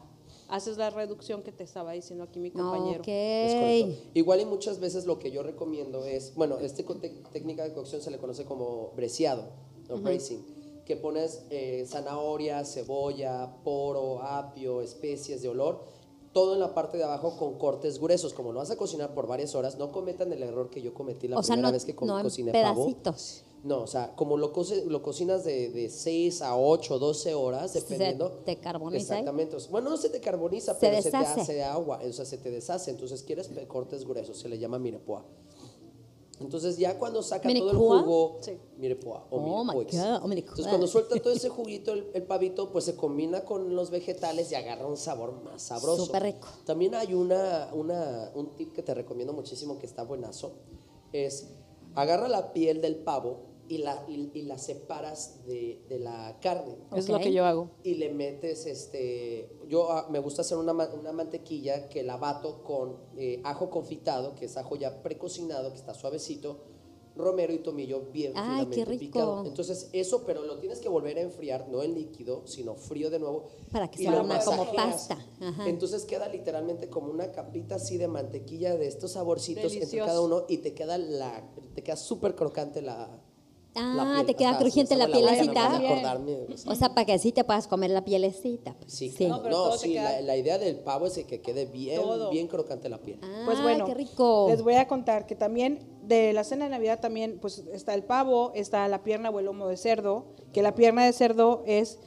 Speaker 2: haces la reducción que te estaba diciendo aquí mi compañero.
Speaker 1: Es correcto.
Speaker 3: Ok.
Speaker 1: Igual y muchas veces lo que yo este recomiendo es, bueno, esta técnica de cocción se le conoce como breciado o bracing, que pones eh, zanahoria, cebolla, poro, apio, especies de olor, todo en la parte de abajo con cortes gruesos. Como lo vas a cocinar por varias horas, no cometan el error que yo cometí la
Speaker 3: o sea,
Speaker 1: primera
Speaker 3: no,
Speaker 1: vez que co-
Speaker 3: no en
Speaker 1: cociné pavo.
Speaker 3: pedacitos.
Speaker 1: No, o sea, como lo, coce- lo cocinas de, de 6 a 8, 12 horas,
Speaker 3: Se
Speaker 1: dependiendo.
Speaker 3: te carboniza ahí.
Speaker 1: Exactamente. O sea, Bueno, no se te carboniza,
Speaker 3: Se
Speaker 1: pero se te
Speaker 3: deshace.
Speaker 1: hace agua, o sea, se te deshace. Entonces quieres pe- cortes gruesos, se le llama mirepoix. Entonces ya cuando saca todo el
Speaker 3: ¿Mirepoix?
Speaker 1: jugo,
Speaker 3: Sí.
Speaker 1: mirepoix o
Speaker 3: Oh, my
Speaker 1: mirepoix.
Speaker 3: God, oh, mirepoix.
Speaker 1: pues. Entonces cuando suelta todo ese juguito, el, el pavito, pues se combina con los vegetales y agarra un sabor más sabroso.
Speaker 3: Súper rico.
Speaker 1: También hay una, una- un tip que te recomiendo muchísimo que está buenazo. Es agarra la piel del pavo y la, y, y la separas de, de la carne.
Speaker 4: Es lo
Speaker 3: Ok.
Speaker 4: que yo hago.
Speaker 1: Y le metes, este, yo ah, me gusta hacer una, ma- una mantequilla que la bato con eh, ajo confitado, que es ajo ya precocinado, que está suavecito, romero y tomillo bien
Speaker 3: Ay,
Speaker 1: finamente
Speaker 3: qué rico.
Speaker 1: picado. Entonces eso, pero lo tienes que volver a enfriar, no en líquido, sino frío de nuevo.
Speaker 3: Para que
Speaker 1: Y
Speaker 3: se haga
Speaker 1: lo
Speaker 3: una como
Speaker 1: masajeas.
Speaker 3: pasta. Ajá.
Speaker 1: Entonces queda literalmente como una capita así de mantequilla de estos saborcitos entre
Speaker 4: Delicioso.
Speaker 1: cada uno y te queda la, te queda súper crocante la. la
Speaker 3: Ah,
Speaker 1: piel.
Speaker 3: te queda
Speaker 1: Ajá, se me
Speaker 3: crujiente la
Speaker 1: sale boca
Speaker 3: pielecita.
Speaker 1: nada más de
Speaker 4: Bien.
Speaker 1: acordarme, o sea.
Speaker 3: O sea, para que así te puedas comer la pielecita. pues.
Speaker 1: Sí, claro.
Speaker 4: No,
Speaker 1: no,
Speaker 4: pero todo te
Speaker 1: sí,
Speaker 4: queda-
Speaker 1: la, la idea del pavo es de que quede bien,
Speaker 4: Todo.
Speaker 1: bien crocante la piel.
Speaker 3: Ah,
Speaker 2: Pues bueno,
Speaker 3: qué rico.
Speaker 2: les voy a contar que también de la cena de Navidad también pues está el pavo, está la pierna o el lomo de cerdo, que la pierna de cerdo es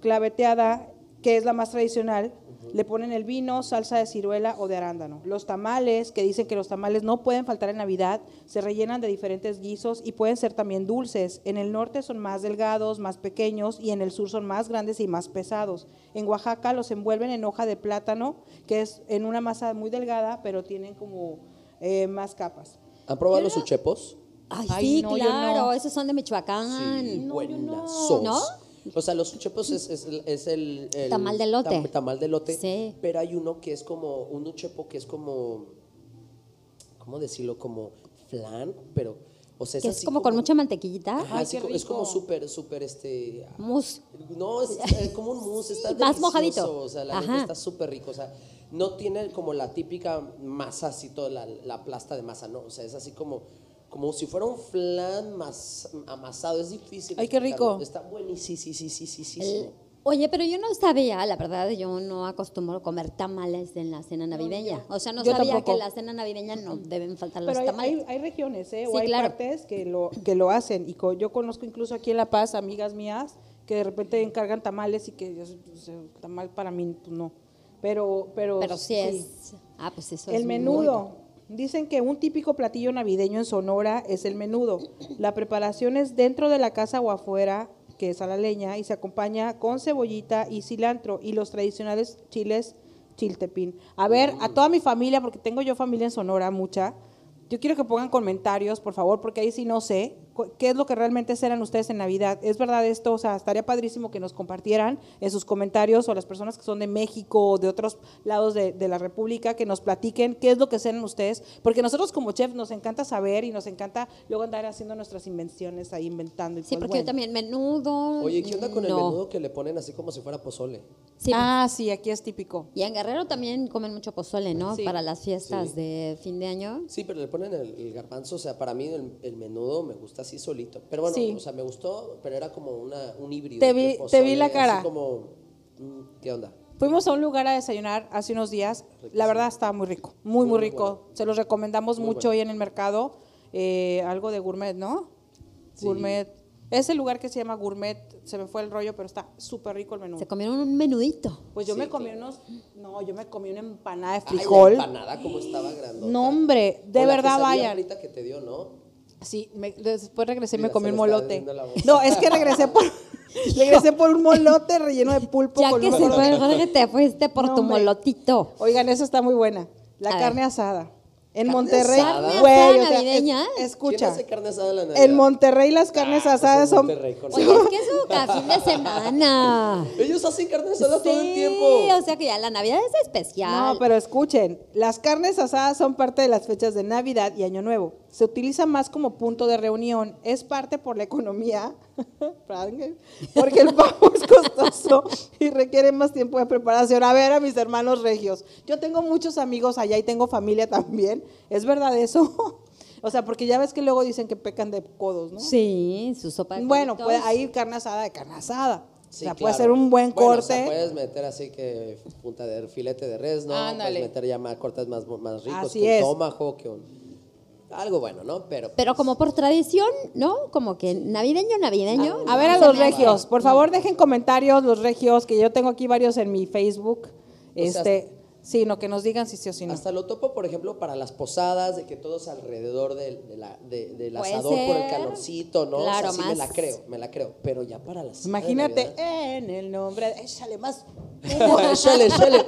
Speaker 2: claveteada, que es la más tradicional. Le ponen el vino, salsa de ciruela o de arándano. Los tamales, que dicen que los tamales no pueden faltar en Navidad, se rellenan de diferentes guisos y pueden ser también dulces. En el norte son más delgados, más pequeños y en el sur son más grandes y más pesados. En Oaxaca los envuelven en hoja de plátano, que es en una masa muy delgada, pero tienen como eh, más capas.
Speaker 1: ¿Han probado los uchepos?
Speaker 3: Ay,
Speaker 4: Ay,
Speaker 3: sí,
Speaker 4: no, yo
Speaker 3: claro.
Speaker 4: no.
Speaker 3: Esos son de
Speaker 4: Ah,
Speaker 3: Michoacán.
Speaker 1: Sí,
Speaker 3: no.
Speaker 1: buenazos.
Speaker 3: ¿No?
Speaker 1: O sea, los uchepos es, es el- es el, el
Speaker 3: Tamal de elote.
Speaker 1: tam- tamal de lote.
Speaker 3: Sí.
Speaker 1: Pero hay uno que es como, un uchepo que es como, ¿cómo decirlo? Como flan, pero, o sea, es
Speaker 3: que es
Speaker 1: así
Speaker 3: como, con mucha mantequillita.
Speaker 1: Ajá,
Speaker 4: Ay,
Speaker 1: así
Speaker 4: qué
Speaker 1: co- es como
Speaker 4: rico.
Speaker 1: súper, súper, este...
Speaker 3: Mousse.
Speaker 1: No, es, es como un mousse, está
Speaker 3: más
Speaker 1: delicioso,
Speaker 3: mojadito.
Speaker 1: O sea, la neta
Speaker 3: Ajá.
Speaker 1: está súper rico. O sea, no tiene como la típica masa, así toda la, la plasta de masa, no. O sea, es así como, como si fuera un flan mas- amasado. Es difícil.
Speaker 4: Ay, qué
Speaker 1: explicarlo.
Speaker 4: rico.
Speaker 1: Está buenísimo. Sí, sí, sí, sí, sí,
Speaker 3: El- Oye, pero yo no sabía, la verdad, yo no acostumbro comer tamales en la cena navideña. O sea, no
Speaker 4: Yo
Speaker 3: sabía
Speaker 4: tampoco.
Speaker 3: que en la cena navideña no deben faltar los
Speaker 2: Pero hay,
Speaker 3: tamales.
Speaker 2: hay- hay regiones, ¿eh?
Speaker 3: Sí,
Speaker 2: o hay
Speaker 3: claro.
Speaker 2: partes que lo, que lo hacen. Y co- yo conozco incluso aquí en La Paz amigas mías que de repente encargan tamales y que yo, yo- tamal para mí pues no. Pero, pero,
Speaker 3: pero sí,
Speaker 2: sí.
Speaker 3: es. Ah, pues eso es
Speaker 2: El
Speaker 3: muy rico.
Speaker 2: menudo. Dicen que un típico platillo navideño en Sonora es el menudo. La preparación es dentro de la casa o afuera, que es a la leña, y se acompaña con cebollita y cilantro y los tradicionales chiles chiltepín. A ver, a toda mi familia, porque tengo yo familia en Sonora, mucha, yo quiero que pongan comentarios, por favor, porque ahí sí no sé cu- qué es lo que realmente serán ustedes en Navidad. ¿Es verdad esto? O sea, estaría padrísimo que nos compartieran en sus comentarios o las personas que son de México o de otros lados de, de la República que nos platiquen qué es lo que serán ustedes. Porque nosotros como chef nos encanta saber y nos encanta luego andar haciendo nuestras invenciones ahí inventando. Y
Speaker 3: Sí,
Speaker 2: pues,
Speaker 3: porque yo
Speaker 2: bueno.
Speaker 3: también menudo.
Speaker 1: Oye, ¿qué onda con el
Speaker 3: no.
Speaker 1: menudo que le ponen así como si fuera pozole?
Speaker 3: Sí,
Speaker 2: Ah, sí, aquí es típico.
Speaker 3: Y en Guerrero también comen mucho pozole, ¿no?
Speaker 2: Sí.
Speaker 3: Para las fiestas
Speaker 1: Sí.
Speaker 3: de fin de año.
Speaker 1: Sí, pero le ponen el, el garbanzo. O sea, para mí el, el menudo me gusta así solito. Pero bueno,
Speaker 2: Sí.
Speaker 1: o sea, me gustó, pero era como una, un híbrido.
Speaker 2: Te
Speaker 1: de
Speaker 2: vi- te
Speaker 1: pozole,
Speaker 2: vi la
Speaker 1: así
Speaker 2: cara.
Speaker 1: como, mm, ¿qué onda?
Speaker 2: Fuimos a un lugar a desayunar hace unos días. La verdad estaba muy rico, muy, muy
Speaker 1: Muy
Speaker 2: rico.
Speaker 1: bueno.
Speaker 2: Se los recomendamos
Speaker 1: Muy
Speaker 2: mucho
Speaker 1: bueno.
Speaker 2: hoy en el mercado. Eh, algo de gourmet, ¿no?
Speaker 1: Sí.
Speaker 2: Gourmet. Es el lugar que se llama gourmet. Se me fue el rollo, pero está súper rico el menú.
Speaker 3: Se comieron un menudito.
Speaker 2: Pues yo
Speaker 1: Sí,
Speaker 2: me comí
Speaker 1: claro.
Speaker 2: unos. No, yo me comí una empanada de
Speaker 1: Ay, la
Speaker 2: frijol.
Speaker 1: empanada, como estaba grandota.
Speaker 2: no, hombre, de
Speaker 1: O la
Speaker 2: verdad
Speaker 1: quesadilla
Speaker 2: vayan.
Speaker 1: frita que te dio, ¿no?
Speaker 2: Sí, me- después regresé y
Speaker 1: Mira,
Speaker 2: me comí
Speaker 1: se
Speaker 2: un
Speaker 1: le está
Speaker 2: molote.
Speaker 1: desviando la voz.
Speaker 2: No, es que regresé por, regresé por un molote relleno de pulpo
Speaker 3: Ya
Speaker 2: con
Speaker 3: que
Speaker 2: un
Speaker 3: se fue,
Speaker 2: cordero.
Speaker 3: Jorge, te fuiste por
Speaker 2: No,
Speaker 3: tu
Speaker 2: hombre.
Speaker 3: molotito.
Speaker 2: Oigan, esa está muy buena. La
Speaker 3: A
Speaker 2: carne asada. En
Speaker 1: ¿Carne
Speaker 2: Monterrey.
Speaker 1: asada?
Speaker 2: Güey,
Speaker 3: ¿Carne
Speaker 2: o sea,
Speaker 3: asada navideña?
Speaker 2: es-
Speaker 1: ¿Quién
Speaker 2: escucha.
Speaker 1: hace carne asada en la Navidad?
Speaker 2: En Monterrey las carnes
Speaker 1: Ah, pues
Speaker 2: asadas
Speaker 1: en
Speaker 2: son.
Speaker 1: Monterrey, con
Speaker 3: Oye, es que es un ca- fin de semana.
Speaker 1: Ellos hacen carne asada todo el tiempo.
Speaker 3: Sí, o sea que ya la Navidad es especial.
Speaker 2: No, pero escuchen, las carnes asadas son parte de las fechas de Navidad y Año Nuevo. Se utiliza más como punto de reunión, es parte por la economía, porque el pavo es costoso y requiere más tiempo de preparación. A ver, a mis hermanos regios, yo tengo muchos amigos allá y tengo familia también, ¿es verdad eso? O sea, porque ya ves que luego dicen que pecan de codos, ¿no?
Speaker 3: Sí, su sopa de
Speaker 2: Bueno,
Speaker 3: cubitos.
Speaker 2: pues ahí carne asada de carne asada.
Speaker 1: Sí,
Speaker 2: o sea,
Speaker 1: claro.
Speaker 2: puede ser un buen
Speaker 1: Bueno, o
Speaker 2: corte.
Speaker 1: sea, puedes meter así que punta de filete de res, ¿no?
Speaker 4: Ándale.
Speaker 1: Puedes meter ya más cortes más, más ricos,
Speaker 2: Así
Speaker 1: que un
Speaker 2: es.
Speaker 1: tomajo, que un... Algo bueno, ¿no? Pero,
Speaker 3: Pero como por tradición, ¿no? Como que navideño, navideño.
Speaker 2: A ver a
Speaker 3: Vamos
Speaker 2: los
Speaker 3: ver.
Speaker 2: regios, por favor dejen comentarios los regios, que yo tengo aquí varios en mi Facebook.
Speaker 1: sea,
Speaker 2: Este, sí, no, que nos digan si sí o si no.
Speaker 1: hasta lo topo, por ejemplo, para las posadas, de que todos alrededor del, de la- de- del
Speaker 3: Puede
Speaker 1: asador por el
Speaker 3: ser.
Speaker 1: calorcito, ¿no? O sea,
Speaker 3: Claro,
Speaker 1: sí me la
Speaker 3: más.
Speaker 1: creo, me la creo. Pero ya para las... cena de
Speaker 2: Imagínate,
Speaker 1: Navidad-
Speaker 2: en el nombre, de- échale más.
Speaker 1: échale, échale.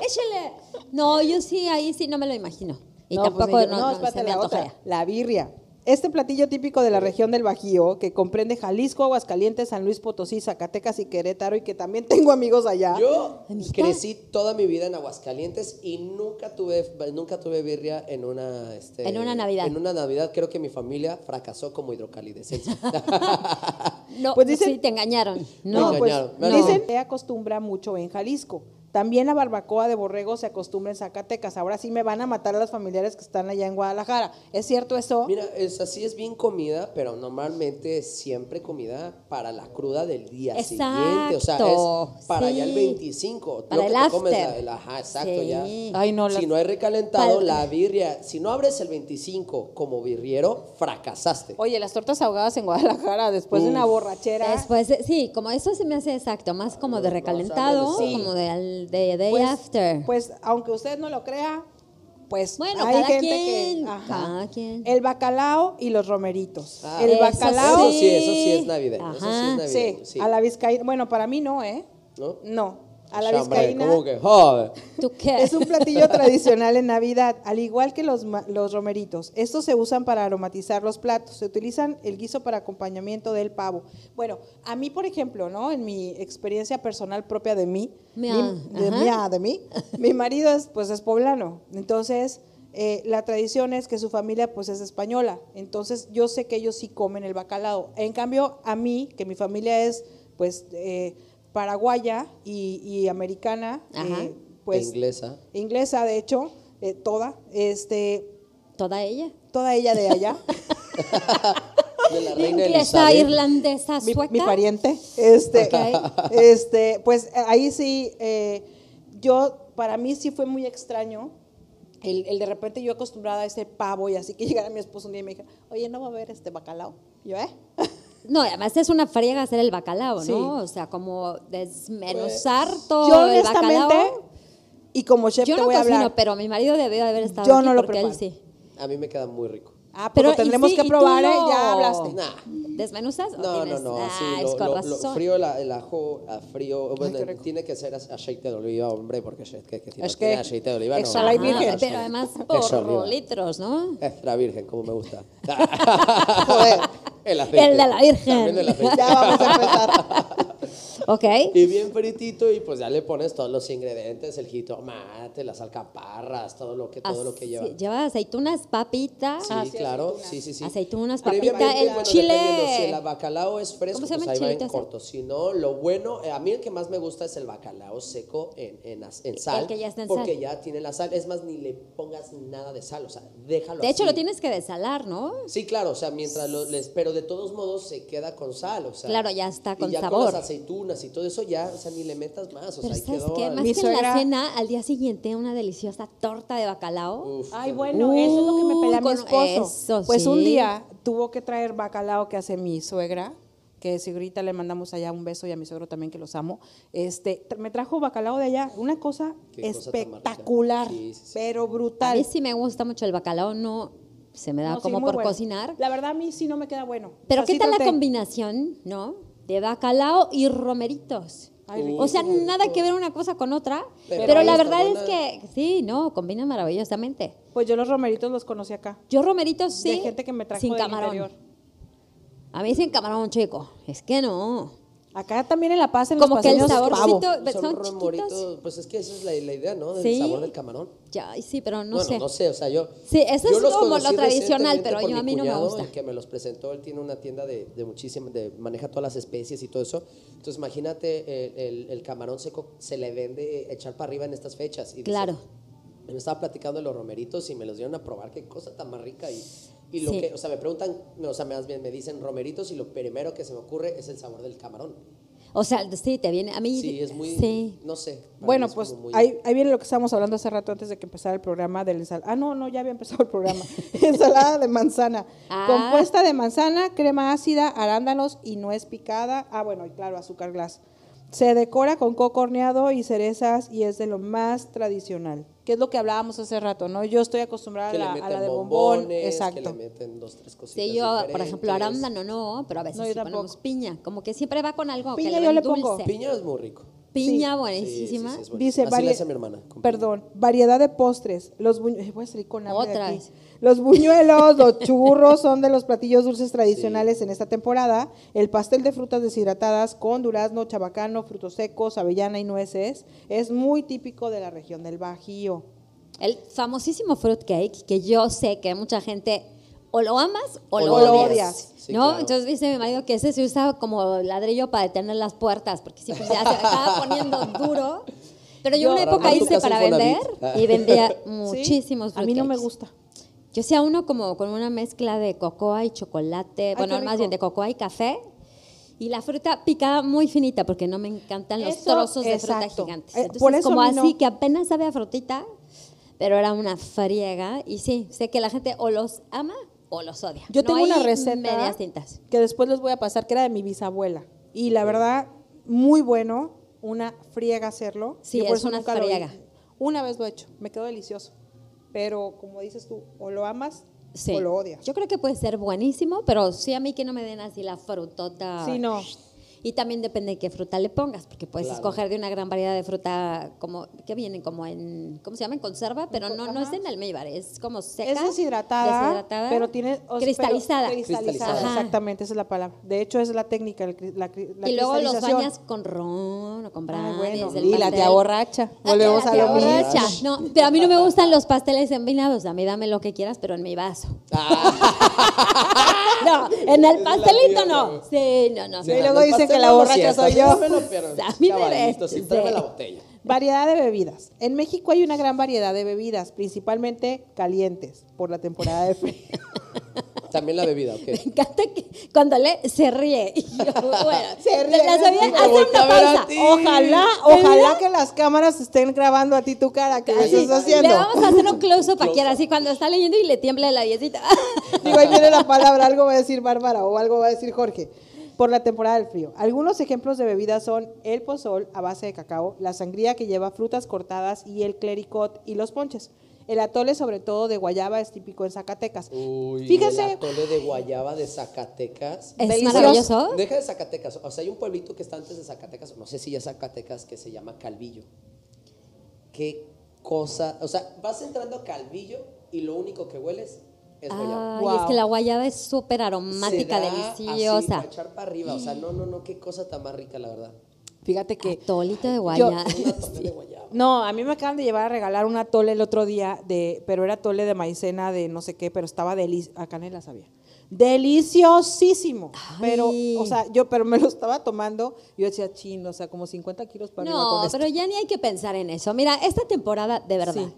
Speaker 3: Échale. No, yo sí, ahí sí no me lo imagino. Y
Speaker 2: No, pues,
Speaker 3: tampoco
Speaker 2: ni yo-
Speaker 3: no, no,
Speaker 2: espérate,
Speaker 3: se me
Speaker 2: la otra,
Speaker 3: antojaría.
Speaker 2: la birria. Este platillo típico de la región del Bajío, que comprende Jalisco, Aguascalientes, San Luis Potosí, Zacatecas y Querétaro, y que también tengo amigos allá.
Speaker 1: Yo
Speaker 3: Amistad.
Speaker 1: crecí toda mi vida en Aguascalientes y nunca tuve, nunca tuve birria en una, este,
Speaker 3: En una Navidad.
Speaker 1: En una Navidad creo que mi familia fracasó como hidrocalidescencia.
Speaker 3: No,
Speaker 2: Pues dicen-
Speaker 3: sí, te engañaron.
Speaker 1: No,
Speaker 3: No,
Speaker 1: Me
Speaker 2: pues
Speaker 1: engañaron.
Speaker 3: No.
Speaker 2: dicen se acostumbra mucho en Jalisco. También la barbacoa de borrego se acostumbra en Zacatecas. Ahora sí me van a matar a las familiares que están allá en Guadalajara. ¿Es cierto eso?
Speaker 1: Mira, es así es bien comida, pero normalmente siempre comida para la cruda del día siguiente. O sea, es
Speaker 3: Exacto,
Speaker 1: para ya el
Speaker 3: sí.
Speaker 1: 25.
Speaker 3: Para
Speaker 1: lo que
Speaker 3: el
Speaker 1: te comes,
Speaker 3: after.
Speaker 1: la- la- ajá, exacto,
Speaker 3: Sí.
Speaker 1: ya.
Speaker 2: Ay, no, la-
Speaker 1: si no hay recalentado,
Speaker 3: Pal-
Speaker 1: la birria. Si no abres el 25 como birriero, fracasaste.
Speaker 2: Oye, las tortas ahogadas en Guadalajara después de una
Speaker 1: Uf.
Speaker 2: borrachera.
Speaker 3: Después, de- sí, como eso se me hace exacto, más como de recalentado,
Speaker 1: Sí.
Speaker 3: como de, al- de day
Speaker 2: pues,
Speaker 3: after.
Speaker 2: Pues aunque usted no lo crea, pues
Speaker 3: Bueno,
Speaker 2: hay
Speaker 3: cada
Speaker 2: gente
Speaker 3: quien,
Speaker 2: que ajá.
Speaker 3: cada quien.
Speaker 2: el bacalao y los romeritos.
Speaker 1: Ah,
Speaker 2: el
Speaker 1: eso
Speaker 2: bacalao
Speaker 1: Eso sí, eso sí es navideño. Eso sí es
Speaker 3: Ajá.
Speaker 2: sí,
Speaker 1: navideño. Sí.
Speaker 2: a la vizcaína, bueno, para mí no, ¿eh?
Speaker 1: ¿No?
Speaker 2: No, a la
Speaker 1: Chambre,
Speaker 2: vizcaína.
Speaker 1: ¿Cómo que? Joder.
Speaker 3: ¿Tú qué?
Speaker 2: Es un platillo tradicional en Navidad, al igual que los, ma- los romeritos. Estos se usan para aromatizar los platos. Se utilizan el guiso para acompañamiento del pavo. Bueno, a mí, por ejemplo, ¿no? En mi experiencia personal propia de mí,
Speaker 3: Mía,
Speaker 2: mi, de,
Speaker 3: ajá.
Speaker 2: mía, de mí, mi marido es, pues, es poblano. Entonces, eh, la tradición es que su familia, pues, es española. Entonces, yo sé que ellos sí comen el bacalao. Eh, En cambio, a mí, que mi familia es, pues, eh, paraguaya y, y americana,
Speaker 3: Ajá.
Speaker 2: eh, pues
Speaker 1: Inglesa.
Speaker 2: inglesa, de hecho, eh, toda, este,
Speaker 3: Toda ella.
Speaker 2: toda ella de allá,
Speaker 1: De la reina
Speaker 3: Inglesa,
Speaker 1: Elizabeth.
Speaker 3: irlandesa,
Speaker 2: mi,
Speaker 3: sueca.
Speaker 2: mi pariente, este,
Speaker 3: Ok.
Speaker 2: este, pues eh, ahí sí, eh, yo, para mí sí fue muy extraño. El, el de repente yo acostumbrada a ese pavo y así que llegara mi esposo un día y me dijera, oye, ¿no va a haber este bacalao? Y Yo, ¿eh?
Speaker 3: No, además es una friega hacer el bacalao, ¿no?
Speaker 2: Sí. Pues,
Speaker 3: O sea, como desmenuzar todo
Speaker 2: yo
Speaker 3: Oh, el
Speaker 2: honestamente,
Speaker 3: bacalao.
Speaker 2: y como chef
Speaker 3: Yo
Speaker 2: te
Speaker 3: no
Speaker 2: voy a hablar,
Speaker 3: cocino, pero mi marido debió de haber estado
Speaker 2: Yo
Speaker 3: aquí
Speaker 2: no lo
Speaker 3: porque él
Speaker 2: preparo.
Speaker 3: sí.
Speaker 1: A mí me queda muy rico.
Speaker 2: ah,
Speaker 3: Pero
Speaker 2: pero
Speaker 3: ¿y
Speaker 2: tendremos
Speaker 3: sí?
Speaker 2: que
Speaker 3: ¿Y tú
Speaker 2: probar, ¿eh?
Speaker 3: lo-
Speaker 2: Ya hablaste.
Speaker 1: Nah.
Speaker 3: ¿Desmenuzas? o
Speaker 1: No, no,
Speaker 3: tienes-
Speaker 1: no, sí,
Speaker 3: Ah, es
Speaker 1: lo,
Speaker 3: con
Speaker 1: lo- lo
Speaker 3: razón.
Speaker 1: frío el, el ajo a frío, bueno,
Speaker 2: qué rico.
Speaker 1: tiene que ser ace- aceite de oliva, hombre, porque si, es que, que si no
Speaker 2: Es
Speaker 1: tiene
Speaker 2: que
Speaker 1: aceite de oliva no.
Speaker 2: extra light
Speaker 1: no
Speaker 2: virgen.
Speaker 1: pasa.
Speaker 3: pero además
Speaker 1: Extra
Speaker 3: por
Speaker 1: oliva.
Speaker 3: litros, ¿no?
Speaker 1: Extra virgen, como me gusta.
Speaker 2: Joder,
Speaker 1: el aceite.
Speaker 3: El de la virgen.
Speaker 1: También el aceite.
Speaker 2: ya vamos a empezar.
Speaker 3: Ok.
Speaker 1: Y bien fritito y pues ya le pones todos los ingredientes, el jitomate, las alcaparras, todo lo que todo lo que
Speaker 3: Así-
Speaker 1: lleva.
Speaker 3: lleva aceitunas, papitas.
Speaker 1: Sí, claro, sí, sí, sí.
Speaker 3: Aceitunas, papita,
Speaker 1: Previamente,
Speaker 3: el chile.
Speaker 1: dependiendo, Si el bacalao es fresco,
Speaker 3: ¿Cómo
Speaker 1: pues
Speaker 3: se llama
Speaker 1: ahí
Speaker 3: el
Speaker 1: va en
Speaker 3: chilito ese?
Speaker 1: corto. Si no, lo bueno, eh, a mí el que más me gusta es el bacalao seco en, en, as- en sal.
Speaker 3: que ya está en
Speaker 1: porque
Speaker 3: sal.
Speaker 1: ya tiene la sal. Es más, ni le pongas nada de sal, o sea, déjalo
Speaker 3: De hecho,
Speaker 1: así.
Speaker 3: lo tienes que desalar, ¿no?
Speaker 1: Sí, claro, o sea, mientras lo les, pero de todos modos se queda con sal, o sea.
Speaker 3: Claro, ya está con
Speaker 1: y ya
Speaker 3: sabor.
Speaker 1: Con las aceitunas y todo eso ya, o sea, ni le metas más, o sea,
Speaker 3: Pero
Speaker 1: ahí
Speaker 3: ¿sabes
Speaker 1: quedó.
Speaker 3: qué?
Speaker 1: al-
Speaker 3: Más
Speaker 2: Mi
Speaker 3: que en
Speaker 2: suegra-
Speaker 3: la cena, al día siguiente, una deliciosa torta de bacalao.
Speaker 1: Uf,
Speaker 2: Ay,
Speaker 1: qué
Speaker 2: bueno, eso es lo que me pelea mi
Speaker 3: Uh, Con
Speaker 2: esposo.
Speaker 3: eso,
Speaker 2: pues un
Speaker 3: sí.
Speaker 2: día tuvo que traer bacalao que hace mi suegra, que si ahorita le mandamos allá un beso y a mi suegro también que los amo. Este, tra- me trajo bacalao de allá, una cosa
Speaker 1: Qué cosa tan rica.
Speaker 2: espectacular,
Speaker 1: Sí, sí, sí.
Speaker 2: pero
Speaker 3: A
Speaker 2: brutal.
Speaker 3: mí sí me gusta mucho el bacalao, no se me da
Speaker 2: No, sí,
Speaker 3: como
Speaker 2: muy
Speaker 3: por
Speaker 2: bueno.
Speaker 3: cocinar.
Speaker 2: La verdad a mí sí no me queda bueno.
Speaker 3: Pero
Speaker 2: Así
Speaker 3: ¿qué tal
Speaker 2: traté.
Speaker 3: la combinación, no? De bacalao y romeritos.
Speaker 2: Ay, rico.
Speaker 3: o sea, nada que ver una cosa con otra,
Speaker 1: Pero
Speaker 3: pero,
Speaker 1: ahí
Speaker 3: la
Speaker 1: está
Speaker 3: verdad es
Speaker 1: buena.
Speaker 3: que sí, no, combinan maravillosamente.
Speaker 2: Pues yo los romeritos los conocí acá.
Speaker 3: Yo romeritos sí,
Speaker 2: de gente que me trajo
Speaker 3: sin
Speaker 2: del
Speaker 3: camarón.
Speaker 2: interior.
Speaker 3: A mí sin camarón, chico. Es que no.
Speaker 2: Acá también en La Paz en
Speaker 3: Como
Speaker 2: los
Speaker 3: que el
Speaker 2: pasillos pavo.
Speaker 3: saborcito,
Speaker 1: Son,
Speaker 3: son chiquitos.
Speaker 1: romeritos, pues es que esa es la, la idea, ¿no? Del
Speaker 3: Sí.
Speaker 1: sabor del camarón.
Speaker 3: Ya, ay, sí, pero no
Speaker 1: bueno,
Speaker 3: sé.
Speaker 1: no sé, o sea, yo.
Speaker 3: Sí, eso
Speaker 1: yo
Speaker 3: es
Speaker 1: los
Speaker 3: como
Speaker 1: conocí
Speaker 3: lo tradicional,
Speaker 1: recientemente
Speaker 3: pero
Speaker 1: por
Speaker 3: yo-
Speaker 1: mi
Speaker 3: a mí no me
Speaker 1: cuñado,
Speaker 3: gusta.
Speaker 1: el que me los presentó, él tiene una tienda de, de muchísimas, de, maneja todas las especies y todo eso. Entonces, imagínate, el, el- el camarón seco se le vende echar para arriba en estas fechas. Y dices,
Speaker 3: Claro.
Speaker 1: me estaba platicando de los romeritos y me los dieron a probar, qué cosa tan más rica. Y, y lo
Speaker 3: Sí.
Speaker 1: que, o sea, me preguntan, o sea, más bien me dicen romeritos y lo primero que se me ocurre es el sabor del camarón.
Speaker 3: O sea, sí, te viene. A mí.
Speaker 1: Sí, es muy,
Speaker 3: Sí.
Speaker 1: no sé. para mí
Speaker 4: Bueno,
Speaker 1: es
Speaker 4: pues
Speaker 1: como muy-
Speaker 4: ahí, ahí viene lo que estábamos hablando hace rato antes de que empezara el programa del ensalada. Ah, no, no, ya había empezado el programa. ensalada de manzana.
Speaker 3: Ah.
Speaker 4: Compuesta de manzana, crema ácida, arándanos y nuez picada. Ah, bueno, y claro, azúcar glass. Se decora con coco horneado y cerezas y es de lo más tradicional. Que es lo que hablábamos hace rato, ¿no? Yo estoy acostumbrada
Speaker 1: que le
Speaker 4: a la, a la
Speaker 1: meten
Speaker 4: de bombón.
Speaker 1: bombones,
Speaker 4: Exacto.
Speaker 1: que le meten dos, tres cositas
Speaker 3: Sí, yo, por ejemplo,
Speaker 1: diferentes.
Speaker 3: arándano no, pero a veces
Speaker 4: No, yo
Speaker 3: sí ponemos
Speaker 4: tampoco.
Speaker 3: piña. Como que siempre va con algo
Speaker 4: Piña
Speaker 3: que le
Speaker 4: yo
Speaker 3: ven
Speaker 4: le pongo.
Speaker 3: dulce.
Speaker 1: Piña es muy rico. Sí, sí,
Speaker 3: Piña
Speaker 1: sí,
Speaker 3: buenísima.
Speaker 1: es buenísimo.
Speaker 4: Dice,
Speaker 1: Así le
Speaker 4: varie-
Speaker 1: hace mi hermana. con piña.
Speaker 4: Perdón, variedad de postres. Los buñuelos, voy a salir con hambre de
Speaker 3: Otra
Speaker 4: aquí.
Speaker 3: vez.
Speaker 4: Los buñuelos, los churros son de los platillos dulces tradicionales en esta temporada. El pastel de frutas deshidratadas con durazno, chabacano, frutos secos, avellana y nueces es muy típico de la región del Bajío.
Speaker 3: El famosísimo fruitcake, que yo sé que mucha gente o lo amas o, lo, odias.
Speaker 1: Sí,
Speaker 3: ¿No?
Speaker 1: claro.
Speaker 3: Entonces dice mi marido que ese se usa como ladrillo para detener las puertas, porque siempre ya se acaba poniendo duro. Pero yo
Speaker 1: No,
Speaker 3: una
Speaker 1: Ramón,
Speaker 3: época
Speaker 1: tú que
Speaker 3: hice
Speaker 1: haces
Speaker 3: para vender
Speaker 1: Infonavit. Ah.
Speaker 3: y vendía
Speaker 4: ¿Sí?
Speaker 3: muchísimos
Speaker 4: A mí no me
Speaker 3: fruitcakes.
Speaker 4: gusta.
Speaker 3: Yo hacía uno como con una mezcla de cocoa y chocolate,
Speaker 4: Ay,
Speaker 3: bueno,
Speaker 4: qué
Speaker 3: más
Speaker 4: rico.
Speaker 3: bien de cocoa y café. Y la fruta picada muy finita, porque no me encantan los
Speaker 4: Eso,
Speaker 3: trozos de
Speaker 4: exacto.
Speaker 3: fruta gigantes.
Speaker 4: Eh,
Speaker 3: Entonces,
Speaker 4: por eso
Speaker 3: como
Speaker 4: a mí no.
Speaker 3: así, que apenas sabe a frutita, pero era una friega. Y sí, sé que la gente o los ama o los odia.
Speaker 4: Yo
Speaker 3: No
Speaker 4: tengo una
Speaker 3: hay
Speaker 4: receta
Speaker 3: Medias tintas.
Speaker 4: que después les voy a pasar, que era de mi bisabuela. Y la verdad, muy bueno, una friega hacerlo.
Speaker 3: Sí,
Speaker 4: Yo
Speaker 3: es una
Speaker 4: nunca lo
Speaker 3: friega.
Speaker 4: hice. Una vez lo he hecho, me quedó delicioso. Pero como dices tú, o lo amas
Speaker 3: Sí.
Speaker 4: o lo odias.
Speaker 3: Yo creo que puede ser buenísimo, pero sí a mí que no me den así la frutota.
Speaker 4: Sí, no.
Speaker 3: Y también depende de qué fruta le pongas, porque puedes
Speaker 1: Claro.
Speaker 3: escoger de una gran variedad de fruta como que vienen como en, ¿cómo se llama? En conserva, pero no, no es
Speaker 4: Ajá.
Speaker 3: en almíbar, es como seca.
Speaker 4: es deshidratada,
Speaker 3: deshidratada,
Speaker 4: pero tiene o sea,
Speaker 3: cristalizada.
Speaker 4: pero cristalizada,
Speaker 3: Cristalizada.
Speaker 4: exactamente, esa es la palabra. De hecho, esa es la técnica, el cri- la, cri- la
Speaker 3: y luego los
Speaker 4: cristalización.
Speaker 3: bañas con ron o con brandy.
Speaker 4: Ah, bueno.
Speaker 3: del
Speaker 4: Y la
Speaker 3: pastel.
Speaker 4: tía borracha.
Speaker 3: Ah,
Speaker 4: Volvemos
Speaker 3: la
Speaker 4: a
Speaker 3: tía
Speaker 4: lo mismo.
Speaker 3: borracha. No, pero a mí no me gustan los pasteles envinados. A mí dame lo que quieras, pero en mi vaso.
Speaker 1: Ah,
Speaker 3: No, en el
Speaker 1: la
Speaker 3: pastelito
Speaker 1: tía,
Speaker 3: no.
Speaker 1: ¿no?
Speaker 3: Sí, no, no.
Speaker 1: sí,
Speaker 3: no.
Speaker 4: luego
Speaker 1: los
Speaker 4: dicen
Speaker 1: pasteles
Speaker 4: que la
Speaker 1: no lo
Speaker 4: borracha
Speaker 1: siento,
Speaker 4: soy
Speaker 1: sí,
Speaker 4: yo.
Speaker 1: dámelo, pero
Speaker 3: A mí me
Speaker 1: caballito,
Speaker 3: ves,
Speaker 1: sí, tráeme
Speaker 3: sí.
Speaker 1: la botella.
Speaker 4: Variedad de bebidas. En México hay una gran variedad de bebidas, principalmente calientes, por la temporada de frío.
Speaker 1: También la bebida, ok.
Speaker 3: Me encanta que cuando le se ríe. Y yo, bueno,
Speaker 4: Se ríe,
Speaker 3: la sabía,
Speaker 1: sí, te
Speaker 3: hace
Speaker 1: voltea
Speaker 3: una
Speaker 1: a ver a
Speaker 3: pausa.
Speaker 1: ti.
Speaker 4: Ojalá, ojalá que las cámaras estén grabando a ti tu cara que me
Speaker 3: Así,
Speaker 4: estás haciendo.
Speaker 3: Le vamos a hacer un close-up aquí, ahora así cuando está leyendo y le tiembla la dietita.
Speaker 4: Digo, ahí viene la palabra, algo va a decir Bárbara o algo va a decir Jorge. Por la temporada del frío. Algunos ejemplos de bebidas son el pozol a base de cacao, la sangría que lleva frutas cortadas y el clericot y los ponches. El atole, sobre todo de guayaba, es típico en Zacatecas.
Speaker 1: Uy, el
Speaker 4: Fíjense,
Speaker 1: atole de guayaba de Zacatecas.
Speaker 3: Es
Speaker 4: Delicioso.
Speaker 3: maravilloso.
Speaker 1: Deja de Zacatecas, o sea, hay un pueblito que está antes de Zacatecas, o no sé si ya es Zacatecas, que se llama Calvillo. Qué cosa, o sea, vas entrando a Calvillo y lo único que hueles es guayaba.
Speaker 3: Ay,
Speaker 4: Guau.
Speaker 3: es que la guayaba es súper
Speaker 1: Se
Speaker 3: aromática,
Speaker 1: da Así, para
Speaker 3: deliciosa.
Speaker 1: echar para arriba, o sea, no, no, no, qué cosa tan más rica, la verdad.
Speaker 4: fíjate que
Speaker 3: Tolito de guayaba.
Speaker 1: Un atole de guayaba.
Speaker 4: No, a mí me acaban de llevar a regalar un atole el otro día, de, pero era atole de maicena de no sé qué, pero estaba delicioso. Acá ni la sabía. Deliciosísimo. Pero,
Speaker 3: Ay.
Speaker 4: o sea, yo, pero me lo estaba tomando. Yo decía, chino, o sea, como 50 kilos para arriba
Speaker 3: No,
Speaker 4: con esto".
Speaker 3: pero ya ni hay que pensar en eso. Mira, esta temporada, de verdad.
Speaker 4: Sí.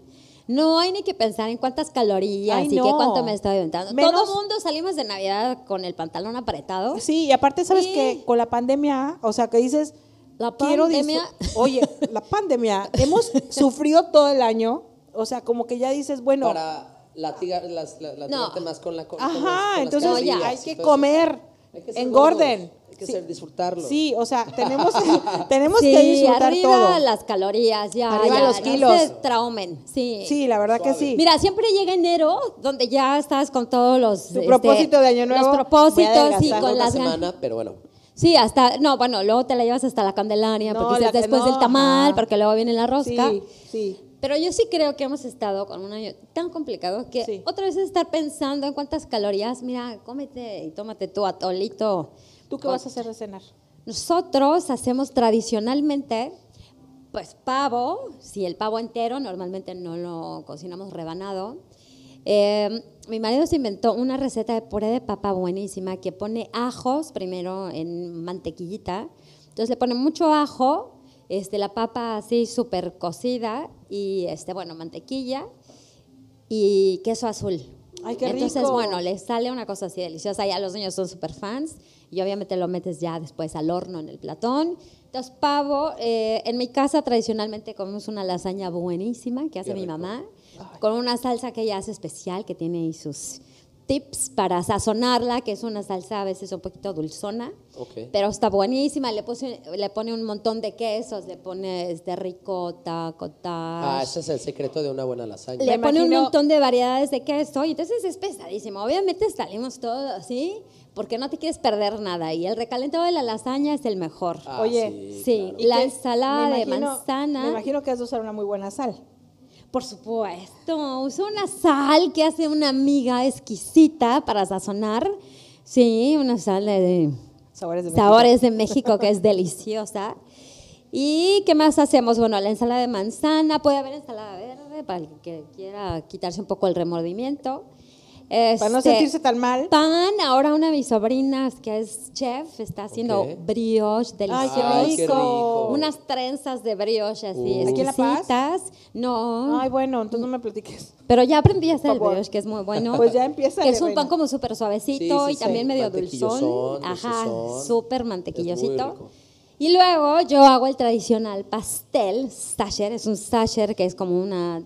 Speaker 3: No hay ni que pensar en cuántas calorías
Speaker 4: Ay,
Speaker 3: y qué
Speaker 4: no.
Speaker 3: cuánto me estoy aventando.
Speaker 4: Menos-
Speaker 3: Todo mundo salimos de Navidad con el pantalón apretado.
Speaker 4: Sí, y aparte, ¿sabes
Speaker 3: Oh. Sí.
Speaker 4: que Con la pandemia, o sea, que dices,
Speaker 3: La
Speaker 4: quiero
Speaker 3: pandemia.
Speaker 4: disfr- Oye, la pandemia, hemos sufrido todo el año. O sea, como que ya dices, bueno,
Speaker 1: Para latigar, las, la- latigarte más con la co- con las- con
Speaker 4: ajá,
Speaker 1: las
Speaker 4: entonces
Speaker 1: calorías
Speaker 4: hay
Speaker 1: y
Speaker 4: que
Speaker 1: todo eso.
Speaker 4: comer,
Speaker 1: Hay que ser
Speaker 4: engorden.
Speaker 1: gordos, Hay que
Speaker 4: Sí.
Speaker 1: ser- disfrutarlo.
Speaker 4: Sí, o sea, tenemos, tenemos
Speaker 3: Sí,
Speaker 4: que disfrutar
Speaker 3: arriba
Speaker 4: todo.
Speaker 3: las calorías, ya.
Speaker 4: Arriba
Speaker 3: ya,
Speaker 4: los
Speaker 3: no
Speaker 4: kilos.
Speaker 3: se traumen, sí.
Speaker 4: Sí, la verdad
Speaker 1: Suave.
Speaker 4: que sí.
Speaker 3: Mira, siempre llega enero, donde ya estás con todos los. este,
Speaker 4: Tu propósito de Año
Speaker 3: Los
Speaker 4: Nuevo, voy a
Speaker 3: propósitos y
Speaker 4: adelgazar
Speaker 3: con
Speaker 1: Una
Speaker 3: las. gan-
Speaker 1: semana, pero bueno.
Speaker 3: Sí, hasta. No, bueno, luego te la llevas hasta la Candelaria,
Speaker 4: No,
Speaker 3: porque dices,
Speaker 4: la que-
Speaker 3: después
Speaker 4: no,
Speaker 3: del tamal,
Speaker 4: ajá.
Speaker 3: porque luego viene la rosca.
Speaker 4: Sí, sí.
Speaker 3: Pero yo sí creo que hemos estado con un año tan complicado que
Speaker 4: Sí.
Speaker 3: otra vez estar pensando en cuántas calorías, mira, cómete y tómate tu atolito.
Speaker 4: ¿Tú qué vas a hacer de cenar?
Speaker 3: Nosotros hacemos tradicionalmente, pues pavo, si el pavo entero, normalmente no lo cocinamos rebanado. Eh, mi marido se inventó una receta de puré de papa buenísima que pone ajos primero en mantequillita. Entonces le pone mucho ajo, este, la papa así súper cocida y, este, bueno, mantequilla y queso azul.
Speaker 2: Ay, qué
Speaker 3: Entonces,
Speaker 2: rico.
Speaker 3: bueno, les sale una cosa así deliciosa. Ya los niños son súper fans y obviamente lo metes ya después al horno en el platón. Entonces, pavo, eh, en mi casa tradicionalmente comemos una lasaña buenísima que hace mi mamá con una salsa que ella hace especial que tiene ahí sus tips para sazonarla, que es una salsa a veces un poquito dulzona,
Speaker 1: Ok.
Speaker 3: pero está buenísima. Le, puse- le pone un montón de quesos, le pone este ricota, cottage,
Speaker 1: Ah, ese es el secreto de una buena lasaña.
Speaker 3: le
Speaker 2: Me
Speaker 3: pone un
Speaker 2: imagino-
Speaker 3: montón de variedades de queso y entonces es pesadísimo. Obviamente salimos todos así porque no te quieres perder nada y el recalentado de la lasaña es el mejor.
Speaker 1: Ah,
Speaker 2: Oye,
Speaker 3: sí,
Speaker 1: claro.
Speaker 2: Y
Speaker 3: la
Speaker 2: que-
Speaker 3: ensalada
Speaker 2: me
Speaker 3: de
Speaker 2: imagino-
Speaker 3: manzana.
Speaker 2: Me imagino que has de usar una muy buena sal.
Speaker 3: Por supuesto, uso una sal que hace una amiga exquisita para sazonar. Sí, una sal de
Speaker 2: Sabores de México.
Speaker 3: sabores de México que es deliciosa. ¿Y qué más hacemos? Bueno, la ensalada de manzana, puede haber ensalada verde para el que quiera quitarse un poco el remordimiento.
Speaker 2: Para no
Speaker 3: Este,
Speaker 2: sentirse tan mal.
Speaker 3: Pan, ahora una de mis sobrinas que es chef está haciendo
Speaker 1: Ok.
Speaker 3: brioche
Speaker 2: Ay,
Speaker 3: deliciosa.
Speaker 2: qué
Speaker 1: Ah,
Speaker 2: rico.
Speaker 3: Unas trenzas de brioche así
Speaker 1: Uh.
Speaker 2: ¿Aquí en La Paz? Ah,
Speaker 3: exquisitas. No,
Speaker 2: Ay, bueno, entonces no me platiques.
Speaker 3: pero ya aprendí a hacer el
Speaker 2: favor.
Speaker 3: brioche, que es muy bueno.
Speaker 2: Pues ya empieza,
Speaker 3: Que es un
Speaker 2: reina.
Speaker 3: pan como súper suavecito
Speaker 1: Sí, sí,
Speaker 3: y
Speaker 1: sí.
Speaker 3: también medio dulzón.
Speaker 1: Mantequillosón,
Speaker 3: Ajá,
Speaker 1: dulcezón.
Speaker 3: súper
Speaker 1: Es muy
Speaker 3: mantequillosito.
Speaker 1: rico.
Speaker 3: Y luego yo hago el tradicional pastel, stasher, es un stasher que es como una,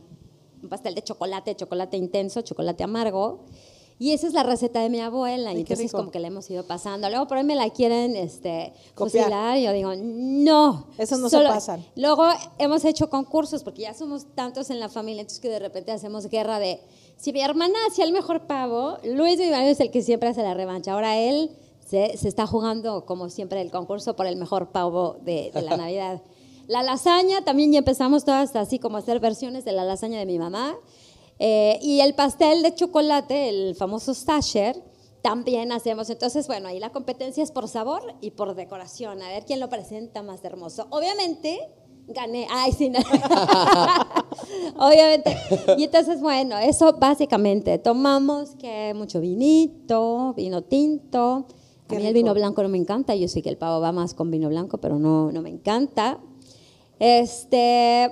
Speaker 3: un pastel de chocolate, chocolate intenso, chocolate amargo. Y esa es la receta de mi abuela, y
Speaker 2: Ay, qué
Speaker 3: entonces
Speaker 2: rico.
Speaker 3: como que la hemos ido pasando. Luego por ahí me la quieren este,
Speaker 2: Copiar.
Speaker 3: fusilar, y yo digo, no.
Speaker 2: Eso no se pasan.
Speaker 3: Luego hemos hecho concursos, porque ya somos tantos en la familia, entonces que de repente hacemos guerra de, si mi hermana hacía el mejor pavo, Luis de Vivanco es el que siempre hace la revancha. Ahora él se, se está jugando, como siempre, el concurso por el mejor pavo de, de la Navidad. La lasaña, también ya empezamos todas así como a hacer versiones de la lasaña de mi mamá. Eh, y el pastel de chocolate, el famoso stasher, también hacemos. Entonces, bueno, ahí la competencia es por sabor y por decoración. A ver quién lo presenta más hermoso. Obviamente, gané. Ay, sí, no. Obviamente. Y entonces, bueno, eso básicamente. Tomamos que mucho vinito, vino tinto. A
Speaker 2: Qué
Speaker 3: mí el
Speaker 2: rico.
Speaker 3: vino blanco no me encanta. Yo sé que el pavo va más con vino blanco, pero no, no me encanta. Este,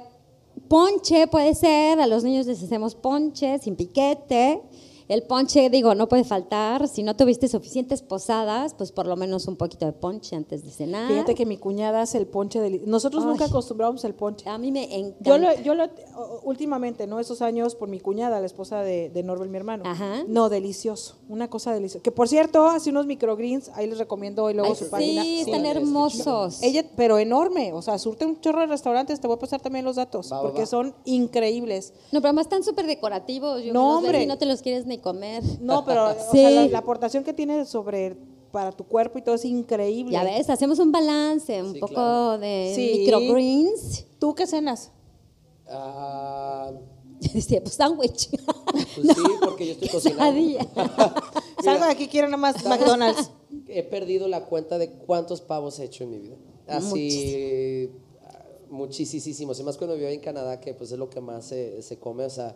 Speaker 3: ponche puede ser, a los niños les hacemos ponche sin piquete. El ponche, digo, no puede faltar. Si no tuviste suficientes posadas, pues por lo menos un poquito de ponche antes de cenar.
Speaker 2: Fíjate que mi cuñada hace el ponche de... Nosotros
Speaker 3: Ah. Ay.
Speaker 2: nunca acostumbrábamos el ponche.
Speaker 3: a mí me encanta.
Speaker 2: Yo lo, yo lo, o- últimamente, ¿no? Esos años por mi cuñada, la esposa de, de Norbert, mi hermano.
Speaker 3: Ajá.
Speaker 2: No, delicioso. Una cosa deliciosa. Que por cierto, hace unos microgreens, ahí les recomiendo hoy luego
Speaker 3: Ay,
Speaker 2: su página.
Speaker 3: sí,
Speaker 1: Sí,
Speaker 3: están
Speaker 1: es que
Speaker 3: hermosos.
Speaker 2: Ella, pero enorme, o sea, surte un chorro de restaurantes, te voy a pasar también los datos,
Speaker 1: Va, va,
Speaker 2: porque
Speaker 1: va.
Speaker 2: son increíbles.
Speaker 3: No, pero además están súper decorativos. Yo
Speaker 2: No,
Speaker 3: no, hombre.
Speaker 2: hombre.
Speaker 3: Y no te los quieres ni comer.
Speaker 2: No, pero o
Speaker 3: Sí.
Speaker 2: sea, la, la aportación que tiene sobre para tu cuerpo y todo es increíble.
Speaker 3: Ya ves, hacemos un balance, un
Speaker 1: Sí,
Speaker 3: poco
Speaker 1: claro.
Speaker 3: de
Speaker 2: Sí.
Speaker 3: microgreens.
Speaker 2: ¿Tú qué cenas?
Speaker 1: Ah,
Speaker 3: Yo decía, pues sándwich.
Speaker 1: pues sí, porque yo estoy
Speaker 3: qué
Speaker 1: cocinando.
Speaker 2: Salgo de aquí, quiero nada más McDonald's.
Speaker 1: He perdido la cuenta de cuántos pavos he hecho en mi vida. Así, ah, muchísimos. Y más cuando vivía en Canadá, que pues es lo que más se, se come. O sea,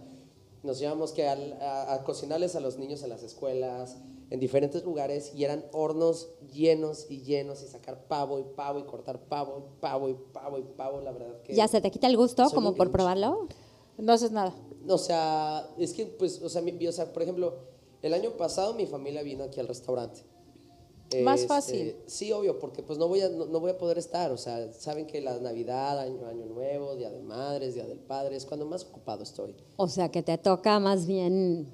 Speaker 1: nos llevamos que al- a, a cocinarles a los niños en las escuelas, en diferentes lugares, y eran hornos llenos y llenos, y sacar pavo y pavo y cortar pavo y pavo y pavo y pavo, la verdad que...
Speaker 3: ya se te quita el gusto,
Speaker 1: Soy
Speaker 3: como
Speaker 1: un
Speaker 3: por
Speaker 1: grinch.
Speaker 3: probarlo.
Speaker 2: No haces nada.
Speaker 1: O sea, es que, pues, o sea, mi- o sea, por ejemplo, el año pasado mi familia vino aquí al restaurante.
Speaker 2: Más
Speaker 1: Este,
Speaker 2: fácil.
Speaker 1: Sí, obvio, porque pues no voy, a, no, no voy a poder estar. O sea, saben que la Navidad, año, año Nuevo, Día de Madres, Día del Padre, es cuando más ocupado estoy.
Speaker 3: O sea, que te toca más bien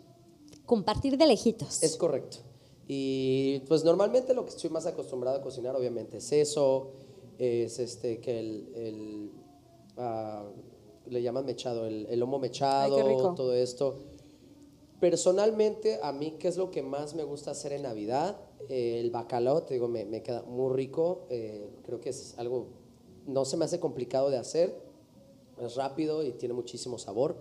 Speaker 3: compartir de lejitos.
Speaker 1: Es correcto. Y pues normalmente lo que estoy más acostumbrado a cocinar, obviamente, es eso, es este, que el, el, ah, le llaman mechado, el, el lomo mechado,
Speaker 2: Ay, qué rico.
Speaker 1: todo esto. Personalmente, a mí, ¿qué es lo que más me gusta hacer en Navidad? Eh, el bacalao, te digo, me, me queda muy rico. eh, creo que es algo, no se me hace complicado de hacer. Es rápido y tiene muchísimo sabor.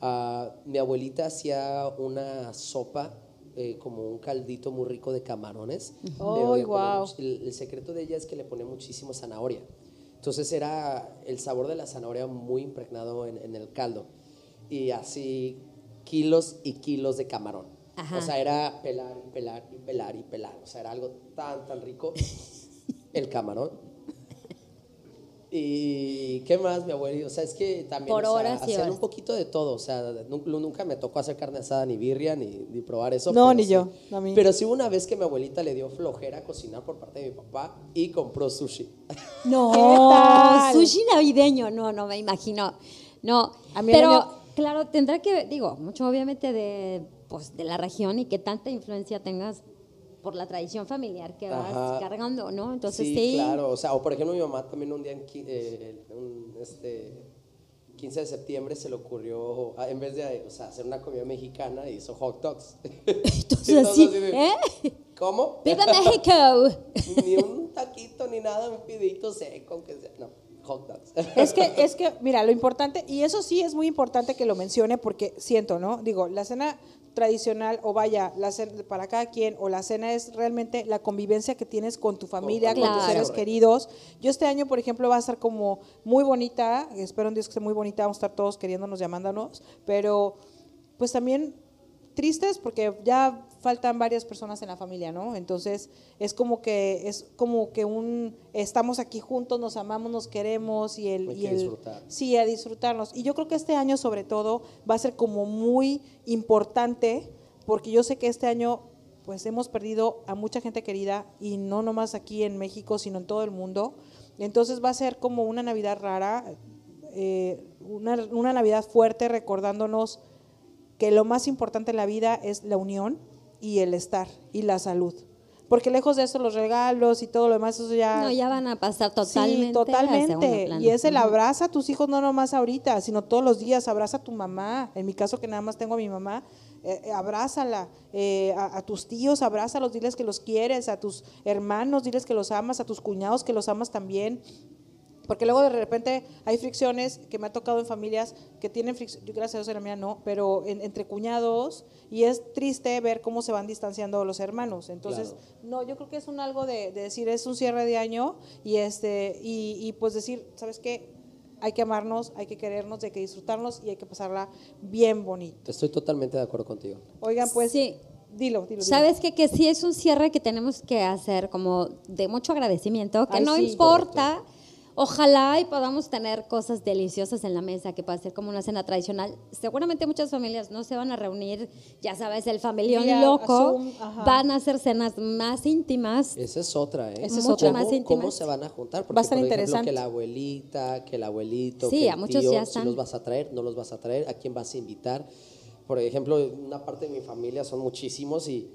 Speaker 1: Ah, mi abuelita hacía una sopa, eh, como un caldito muy rico de camarones. pero
Speaker 2: Ay,
Speaker 1: le ponía
Speaker 2: guau.
Speaker 1: much- el, el secreto de ella es que le ponía muchísimo zanahoria. Entonces era el sabor de la zanahoria muy impregnado en, en el caldo. Y así kilos y kilos de camarón.
Speaker 3: Ajá.
Speaker 1: O sea, era pelar y pelar y pelar y pelar. O sea, era algo tan, tan rico. el camarón. ¿Y qué más, mi abuelo? O sea, es que también
Speaker 3: Por
Speaker 1: o sea,
Speaker 3: horas y
Speaker 1: hacían
Speaker 3: horas.
Speaker 1: un poquito de todo. O sea, nun- nunca, me tocó hacer carne asada, ni birria, ni, ni probar eso.
Speaker 4: No,
Speaker 1: pero
Speaker 4: ni
Speaker 1: sí-
Speaker 4: yo, no a mí.
Speaker 1: Pero sí hubo una vez que mi abuelita le dio flojera cocinar por parte de mi papá y compró sushi.
Speaker 3: No,
Speaker 4: ¿Qué tal?
Speaker 3: sushi navideño, no, no me imagino. No,
Speaker 4: A mí el
Speaker 3: pero
Speaker 4: año-
Speaker 3: claro, tendrá que, digo, mucho obviamente de, pues, de la región y que tanta influencia tengas por la tradición familiar que
Speaker 1: Ajá.
Speaker 3: vas cargando, ¿no? Entonces sí,
Speaker 1: claro. O sea, o por ejemplo, mi mamá también un día, en, qui- eh, el- un, este, 15 de septiembre, se le ocurrió, ah, en vez de o sea, hacer una comida mexicana, hizo hot dogs.
Speaker 3: entonces
Speaker 1: Entonces,
Speaker 3: así,
Speaker 1: así de-
Speaker 3: ¿eh?
Speaker 1: ¿Cómo?
Speaker 3: ¡Viva México!
Speaker 1: ni un taquito, ni nada, un pidito seco, aunque sea. No, hot dogs.
Speaker 4: Es que, es que, mira, lo importante, y eso sí es muy importante que lo mencione porque siento, ¿no? Digo, la cena tradicional o vaya, la cena para cada quien o la cena es realmente la convivencia que tienes con tu familia, con, tus
Speaker 3: Claro.
Speaker 4: seres
Speaker 1: Correcto.
Speaker 4: queridos. Yo este año, por ejemplo, va a estar como muy bonita, espero un Dios que esté muy bonita, vamos a estar todos queriéndonos, llamándonos, pero pues también tristes porque ya faltan varias personas en la familia, ¿no? Entonces es como que es como que un estamos aquí juntos, nos amamos, nos queremos y el
Speaker 1: Hay
Speaker 4: y
Speaker 1: que
Speaker 4: el-
Speaker 1: disfrutar.
Speaker 4: sí a disfrutarnos. Y yo creo que este año sobre todo va a ser como muy importante porque yo sé que este año pues hemos perdido a mucha gente querida y no nomás aquí en México sino en todo el mundo. Entonces va a ser como una Navidad rara, eh, una, una Navidad fuerte recordándonos que lo más importante en la vida es la unión y el estar y la salud. Porque lejos de eso, los regalos y todo lo demás, eso ya.
Speaker 3: No, ya van a pasar
Speaker 4: Sí,
Speaker 3: totalmente. a segundo
Speaker 4: totalmente.
Speaker 3: plano.
Speaker 4: Y es el
Speaker 3: Ujú.
Speaker 4: abraza a tus hijos, no nomás ahorita, sino todos los días, abraza a tu mamá. En mi caso, que nada más tengo a mi mamá, eh, eh, abrázala. Eh, a, a tus tíos, abrázalos, diles que los quieres. A tus hermanos, diles que los amas. A tus cuñados, que los amas también. Porque luego de repente hay fricciones que me ha tocado en familias que tienen fricciones, yo gracias a Dios en la mía no, pero en- entre cuñados y es triste ver cómo se van distanciando los hermanos. Entonces,
Speaker 1: Claro.
Speaker 4: no, yo creo que es un algo de, de decir, es un cierre de año y, este, y, y pues decir, ¿sabes qué? Hay que amarnos, hay que querernos, hay que disfrutarnos y hay que pasarla bien bonito.
Speaker 1: Estoy totalmente de acuerdo contigo.
Speaker 4: Oigan, pues,
Speaker 3: Sí.
Speaker 4: dilo, dilo. dilo.
Speaker 3: Sabes que, que sí es un cierre que tenemos que hacer como de mucho agradecimiento, que
Speaker 4: Ay,
Speaker 3: no
Speaker 4: sí.
Speaker 3: importa. Ojalá y podamos tener cosas deliciosas en la mesa que pueda ser como una cena tradicional. Seguramente muchas familias no se van a reunir, ya sabes, el familión
Speaker 4: Vía
Speaker 3: loco.
Speaker 4: Zoom, ajá.
Speaker 3: van a hacer cenas más íntimas.
Speaker 1: Esa es otra, ¿eh?
Speaker 3: Esa es
Speaker 1: ¿Cómo-
Speaker 3: otra. Más íntima.
Speaker 1: ¿Cómo se van a juntar? Porque,
Speaker 4: Va a estar
Speaker 1: por ejemplo,
Speaker 4: interesante.
Speaker 1: que la abuelita, que el abuelito,
Speaker 3: Sí,
Speaker 1: que el
Speaker 3: a muchos
Speaker 1: tío,
Speaker 3: ya
Speaker 1: si
Speaker 3: están.
Speaker 1: los vas a traer, no los vas a traer, a quién vas a invitar. Por ejemplo, una parte de mi familia son muchísimos y,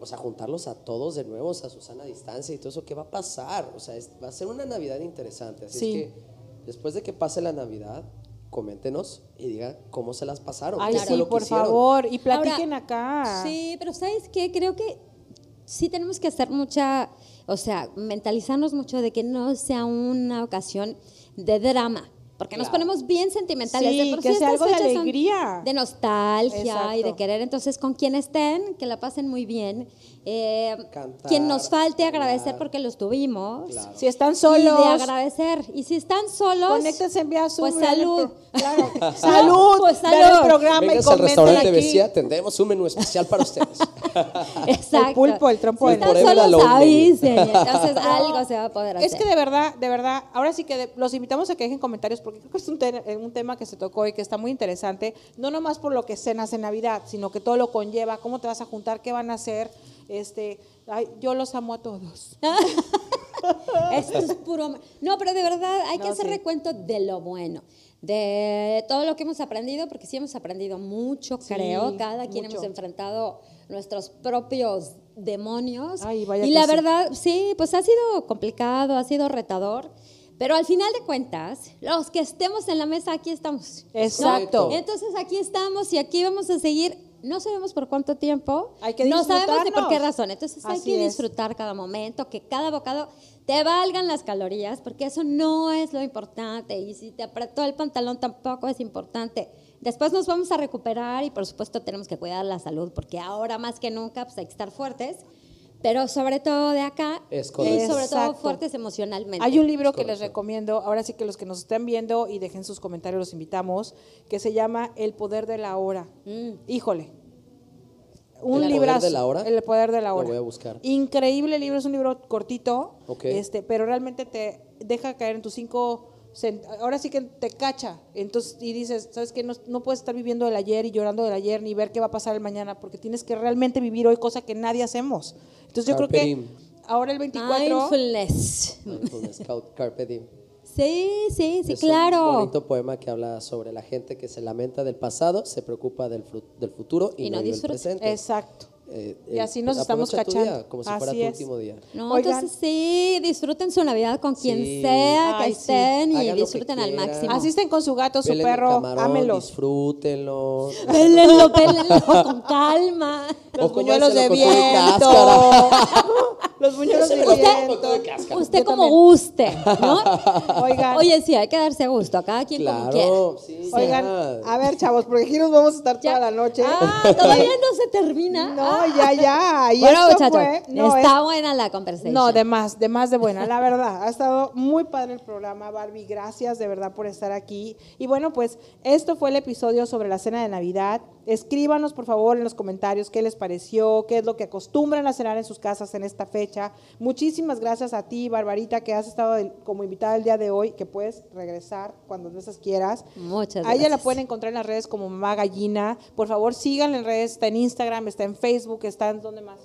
Speaker 1: o sea, juntarlos a todos de nuevo, o sea, a Susana a distancia y todo eso, ¿qué va a pasar? O sea, es- va a ser una Navidad interesante. Así
Speaker 4: Sí.
Speaker 1: es que, después de que pase la Navidad, coméntenos y digan cómo se las pasaron.
Speaker 4: Ay,
Speaker 1: qué fue
Speaker 4: sí,
Speaker 1: lo que
Speaker 4: por
Speaker 1: hicieron.
Speaker 4: favor, y
Speaker 3: Ahora,
Speaker 4: platiquen acá.
Speaker 3: Sí, pero ¿sabes qué? Creo que sí tenemos que hacer mucha, o sea, mentalizarnos mucho de que no sea una ocasión de drama. Porque nos
Speaker 1: Claro.
Speaker 3: ponemos bien sentimentales.
Speaker 4: Sí,
Speaker 3: de por
Speaker 4: que
Speaker 3: sí
Speaker 4: sea
Speaker 3: estas
Speaker 4: algo de
Speaker 3: fechas son
Speaker 4: alegría.
Speaker 3: De nostalgia y de
Speaker 4: Exacto.
Speaker 3: querer. Entonces, con quien estén, que la pasen muy bien. Eh,
Speaker 1: Cantar,
Speaker 3: quien nos falte, agradecer
Speaker 1: bailar.
Speaker 3: porque los tuvimos.
Speaker 1: Claro.
Speaker 4: Si están
Speaker 3: Y de
Speaker 4: solos,
Speaker 3: agradecer. Y si están solos,
Speaker 4: conéctense en vía Zoom.
Speaker 3: pues
Speaker 4: vean el
Speaker 3: salud.
Speaker 4: pro- Claro. salud.
Speaker 3: Pues
Speaker 4: vean
Speaker 3: salud.
Speaker 4: el programa y
Speaker 1: Vénganse al
Speaker 4: comenten
Speaker 1: restaurante
Speaker 4: aquí.
Speaker 1: Besía, tendremos un menú especial para ustedes.
Speaker 3: Exacto.
Speaker 4: El pulpo, el trompo,
Speaker 3: Si
Speaker 4: el-
Speaker 3: están
Speaker 1: Por ahí me la
Speaker 3: solos,
Speaker 1: lombriz.
Speaker 3: avisen. Entonces, algo se va a poder hacer.
Speaker 4: Es que de verdad, de verdad, ahora sí que de- los invitamos a que dejen comentarios porque creo que es un, te- eh, un tema que se tocó y que está muy interesante, no nomás por lo que cenas en Navidad, sino que todo lo conlleva, cómo te vas a juntar, qué van a hacer. Este, ay, yo los amo a todos.
Speaker 3: Esto es puro. ma- No, pero de verdad hay que
Speaker 4: No,
Speaker 3: hacer
Speaker 4: sí.
Speaker 3: recuento de lo bueno, de todo lo que hemos aprendido, porque sí hemos aprendido mucho,
Speaker 4: Sí,
Speaker 3: creo. Cada quien
Speaker 4: mucho.
Speaker 3: hemos enfrentado nuestros propios demonios.
Speaker 4: Ay, vaya
Speaker 3: y
Speaker 4: que
Speaker 3: la
Speaker 4: sí.
Speaker 3: verdad, sí, pues ha sido complicado, ha sido retador. Pero al final de cuentas, los que estemos en la mesa, aquí estamos. ¿no?
Speaker 4: Exacto.
Speaker 3: Entonces aquí estamos y aquí vamos a seguir. No sabemos por cuánto tiempo.
Speaker 4: Hay que
Speaker 3: No sabemos ni por qué
Speaker 4: disfrutarnos.
Speaker 3: razón. Entonces hay
Speaker 4: Así
Speaker 3: que
Speaker 4: es.
Speaker 3: disfrutar disfrutar cada momento, que cada bocado te valgan las calorías, porque eso no es lo importante. Y si te apretó el pantalón tampoco es importante. Después nos vamos a recuperar y por supuesto tenemos que cuidar la salud, porque ahora más que nunca pues, hay que estar fuertes, pero sobre todo de acá
Speaker 1: Es
Speaker 3: y
Speaker 1: correcto.
Speaker 3: sobre todo
Speaker 4: Exacto.
Speaker 3: fuertes emocionalmente.
Speaker 4: Hay un libro que les
Speaker 1: Correcto.
Speaker 4: recomiendo, ahora sí que los que nos están viendo y dejen sus comentarios, los invitamos, que se llama El poder de la hora. Híjole. un
Speaker 1: ¿El Mm. poder
Speaker 4: librazo.
Speaker 1: de la hora?
Speaker 4: El poder de la
Speaker 1: Lo
Speaker 4: hora.
Speaker 1: voy a buscar.
Speaker 4: Increíble libro, es un libro cortito,
Speaker 1: Ok.
Speaker 4: este, pero realmente te deja caer en tus cinco. sen- Ahora sí que te cacha. Entonces, y dices, ¿sabes qué? No, no puedes estar viviendo del ayer y llorando del ayer ni ver qué va a pasar el mañana, porque tienes que realmente vivir hoy, cosa que nadie hacemos. Entonces, yo
Speaker 1: Carpe
Speaker 4: creo que
Speaker 1: diem. Ah,
Speaker 4: ahora el 24.
Speaker 3: Mindfulness.
Speaker 1: Mindfulness, Cal- pues, Carpe Diem.
Speaker 3: Sí, sí, sí,
Speaker 1: Es Un
Speaker 3: claro.
Speaker 1: bonito poema que habla sobre la gente que se lamenta del pasado, se preocupa del, fru- del futuro y,
Speaker 3: Y
Speaker 1: no,
Speaker 3: no
Speaker 1: vive el
Speaker 3: disfruta.
Speaker 1: presente.
Speaker 4: Exacto.
Speaker 1: Eh,
Speaker 4: Y
Speaker 1: eh,
Speaker 4: así nos estamos
Speaker 1: aprovecha tu
Speaker 4: cachando.
Speaker 1: día como si
Speaker 4: Así
Speaker 1: fuera tu
Speaker 4: es.
Speaker 1: último día.
Speaker 3: No,
Speaker 4: Oigan.
Speaker 3: entonces sí, disfruten su Navidad con quien
Speaker 1: Sí.
Speaker 3: sea que
Speaker 4: Ay, sí.
Speaker 3: estén y
Speaker 1: Hagan lo que
Speaker 3: disfruten al
Speaker 1: quieran.
Speaker 3: máximo.
Speaker 1: Así
Speaker 4: Asisten con su gato, su
Speaker 1: Pélenle
Speaker 4: perro,
Speaker 1: camarón,
Speaker 4: ámenlos.
Speaker 1: Disfrútenlo.
Speaker 3: Pélenlo, pélenlo con calma.
Speaker 4: Los
Speaker 1: O
Speaker 4: buñuelos de
Speaker 1: cómanselo con
Speaker 4: viento. Los buñuelos de
Speaker 1: Usted-
Speaker 4: viento.
Speaker 3: Usted
Speaker 4: Yo
Speaker 3: como
Speaker 4: también.
Speaker 3: guste, ¿no?
Speaker 4: Oigan.
Speaker 3: Oye, sí, hay que darse gusto. a Cada quien como quiera.
Speaker 1: Claro, sí,
Speaker 4: Oigan, ah,
Speaker 1: ya.
Speaker 4: a ver, chavos, porque aquí nos vamos a estar
Speaker 3: Ya.
Speaker 4: toda la noche.
Speaker 3: Ah, todavía no se termina.
Speaker 4: No,
Speaker 3: Ah.
Speaker 4: ya, ya. Y
Speaker 3: Bueno,
Speaker 4: esto
Speaker 3: muchachos,
Speaker 4: fue- no,
Speaker 3: está
Speaker 4: es-
Speaker 3: buena la conversación.
Speaker 4: no, de más, de más de buena, la verdad. Ha estado muy padre el programa, Barbie. Gracias de verdad por estar aquí. Y bueno, pues esto fue el episodio sobre la cena de Navidad. Escríbanos, por favor, en los comentarios qué les pareció, qué es lo que acostumbran a cenar en sus casas en esta fecha. Muchísimas gracias a ti, Barbarita, que has estado el- como invitada el día de hoy, que puedes regresar cuando veces quieras.
Speaker 3: Muchas
Speaker 4: A ella la
Speaker 3: gracias.
Speaker 4: pueden encontrar en las redes como Mamá Gallina. Por favor, síganla en redes. Está en Instagram, está en Facebook, está en donde más.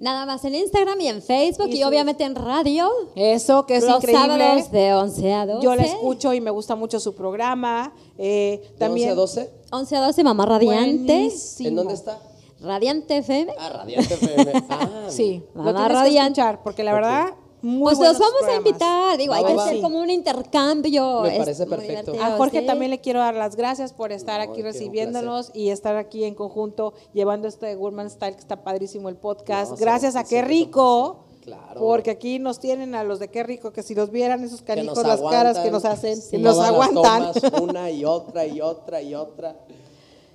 Speaker 3: Nada más en Instagram y en Facebook
Speaker 4: Y
Speaker 3: y,
Speaker 4: sus-
Speaker 3: obviamente en radio.
Speaker 4: Eso, que es
Speaker 3: los
Speaker 4: increíble.
Speaker 3: sábados de 11 a 12.
Speaker 4: Yo la escucho y me gusta mucho su programa. Eh,
Speaker 1: ¿De 11
Speaker 4: también.
Speaker 1: a 12?
Speaker 3: 11 a 12, Mamá Radiante.
Speaker 4: Buenísimo.
Speaker 1: ¿En dónde está?
Speaker 3: Radiante FM.
Speaker 1: Ah, Radiante FM. Ah,
Speaker 4: Sí,
Speaker 3: Mamá
Speaker 4: lo tienes que
Speaker 3: Radiante.
Speaker 4: escuchar, porque la verdad, muy
Speaker 3: pues los
Speaker 4: buenos
Speaker 3: vamos a
Speaker 4: programas.
Speaker 3: invitar. Digo, hay
Speaker 1: Va,
Speaker 3: que
Speaker 1: va,
Speaker 3: hacer
Speaker 1: va.
Speaker 3: como un intercambio.
Speaker 1: Me
Speaker 3: Es
Speaker 1: parece
Speaker 3: muy
Speaker 1: perfecto.
Speaker 3: divertido,
Speaker 4: A Jorge
Speaker 3: sí.
Speaker 4: también le quiero dar las gracias por estar
Speaker 1: No,
Speaker 4: aquí
Speaker 1: qué
Speaker 4: recibiéndonos y estar aquí en conjunto llevando este Gourmand Style que está padrísimo el podcast.
Speaker 1: No, se-
Speaker 4: gracias a
Speaker 1: se-
Speaker 4: Qué
Speaker 1: se-
Speaker 4: Rico.
Speaker 1: Claro.
Speaker 4: Porque aquí nos tienen a los de Qué Rico que si los vieran esos
Speaker 1: Que nos
Speaker 4: canijos las caras que
Speaker 1: aguantan,
Speaker 4: nos hacen,
Speaker 1: sí,
Speaker 4: nos
Speaker 1: todas las
Speaker 4: aguantan.
Speaker 1: tomas, una y otra y otra y otra.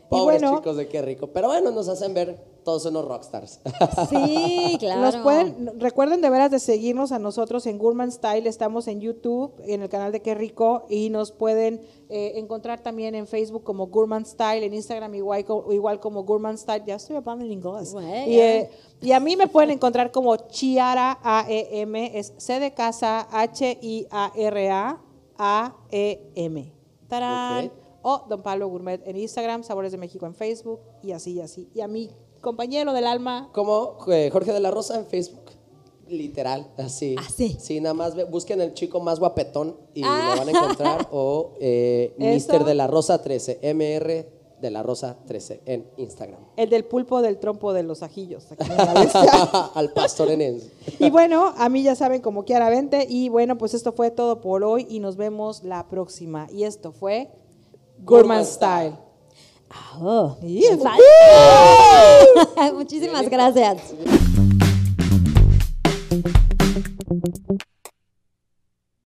Speaker 1: Pobres
Speaker 4: bueno.
Speaker 1: chicos de qué rico. Pero bueno, nos hacen ver todos unos rockstars.
Speaker 3: Sí, claro.
Speaker 4: Nos pueden, recuerden de veras de seguirnos a nosotros en Gourmand Style, estamos en YouTube, en el canal de Qué Rico, y nos pueden eh, encontrar también en Facebook como Gourmand Style, en Instagram igual, co- igual como Gourmand Style, ya estoy hablando en inglés.
Speaker 3: Güey,
Speaker 4: Y,
Speaker 3: ya.
Speaker 4: eh, y a mí me pueden encontrar como Chiara AEM, es C de casa H-I-A-R-A A-E-M. E Tarán.
Speaker 1: Ok.
Speaker 4: O Don Pablo Gourmet en Instagram, Sabores de México en Facebook, y así, y así. Y a mi compañero del alma,
Speaker 1: Como eh, Jorge de la Rosa en Facebook. Literal, así.
Speaker 3: Así.
Speaker 1: Sí, nada más ve- busquen el chico más guapetón y
Speaker 3: Ah.
Speaker 1: lo van a encontrar. O eh,
Speaker 4: Eso.
Speaker 1: Mr. de la Rosa 13, MR de la Rosa 13 en Instagram.
Speaker 4: El del pulpo, del trompo, de los ajillos. aquí en la cabeza.
Speaker 1: Al pastor en
Speaker 4: y bueno, a mí ya saben como Kiara Vente. Y bueno, pues esto fue todo por hoy y nos vemos la próxima. Y esto fue
Speaker 1: Gourmand
Speaker 4: Gourmand Style. Ah,
Speaker 3: Oh, fa- Muchísimas gracias.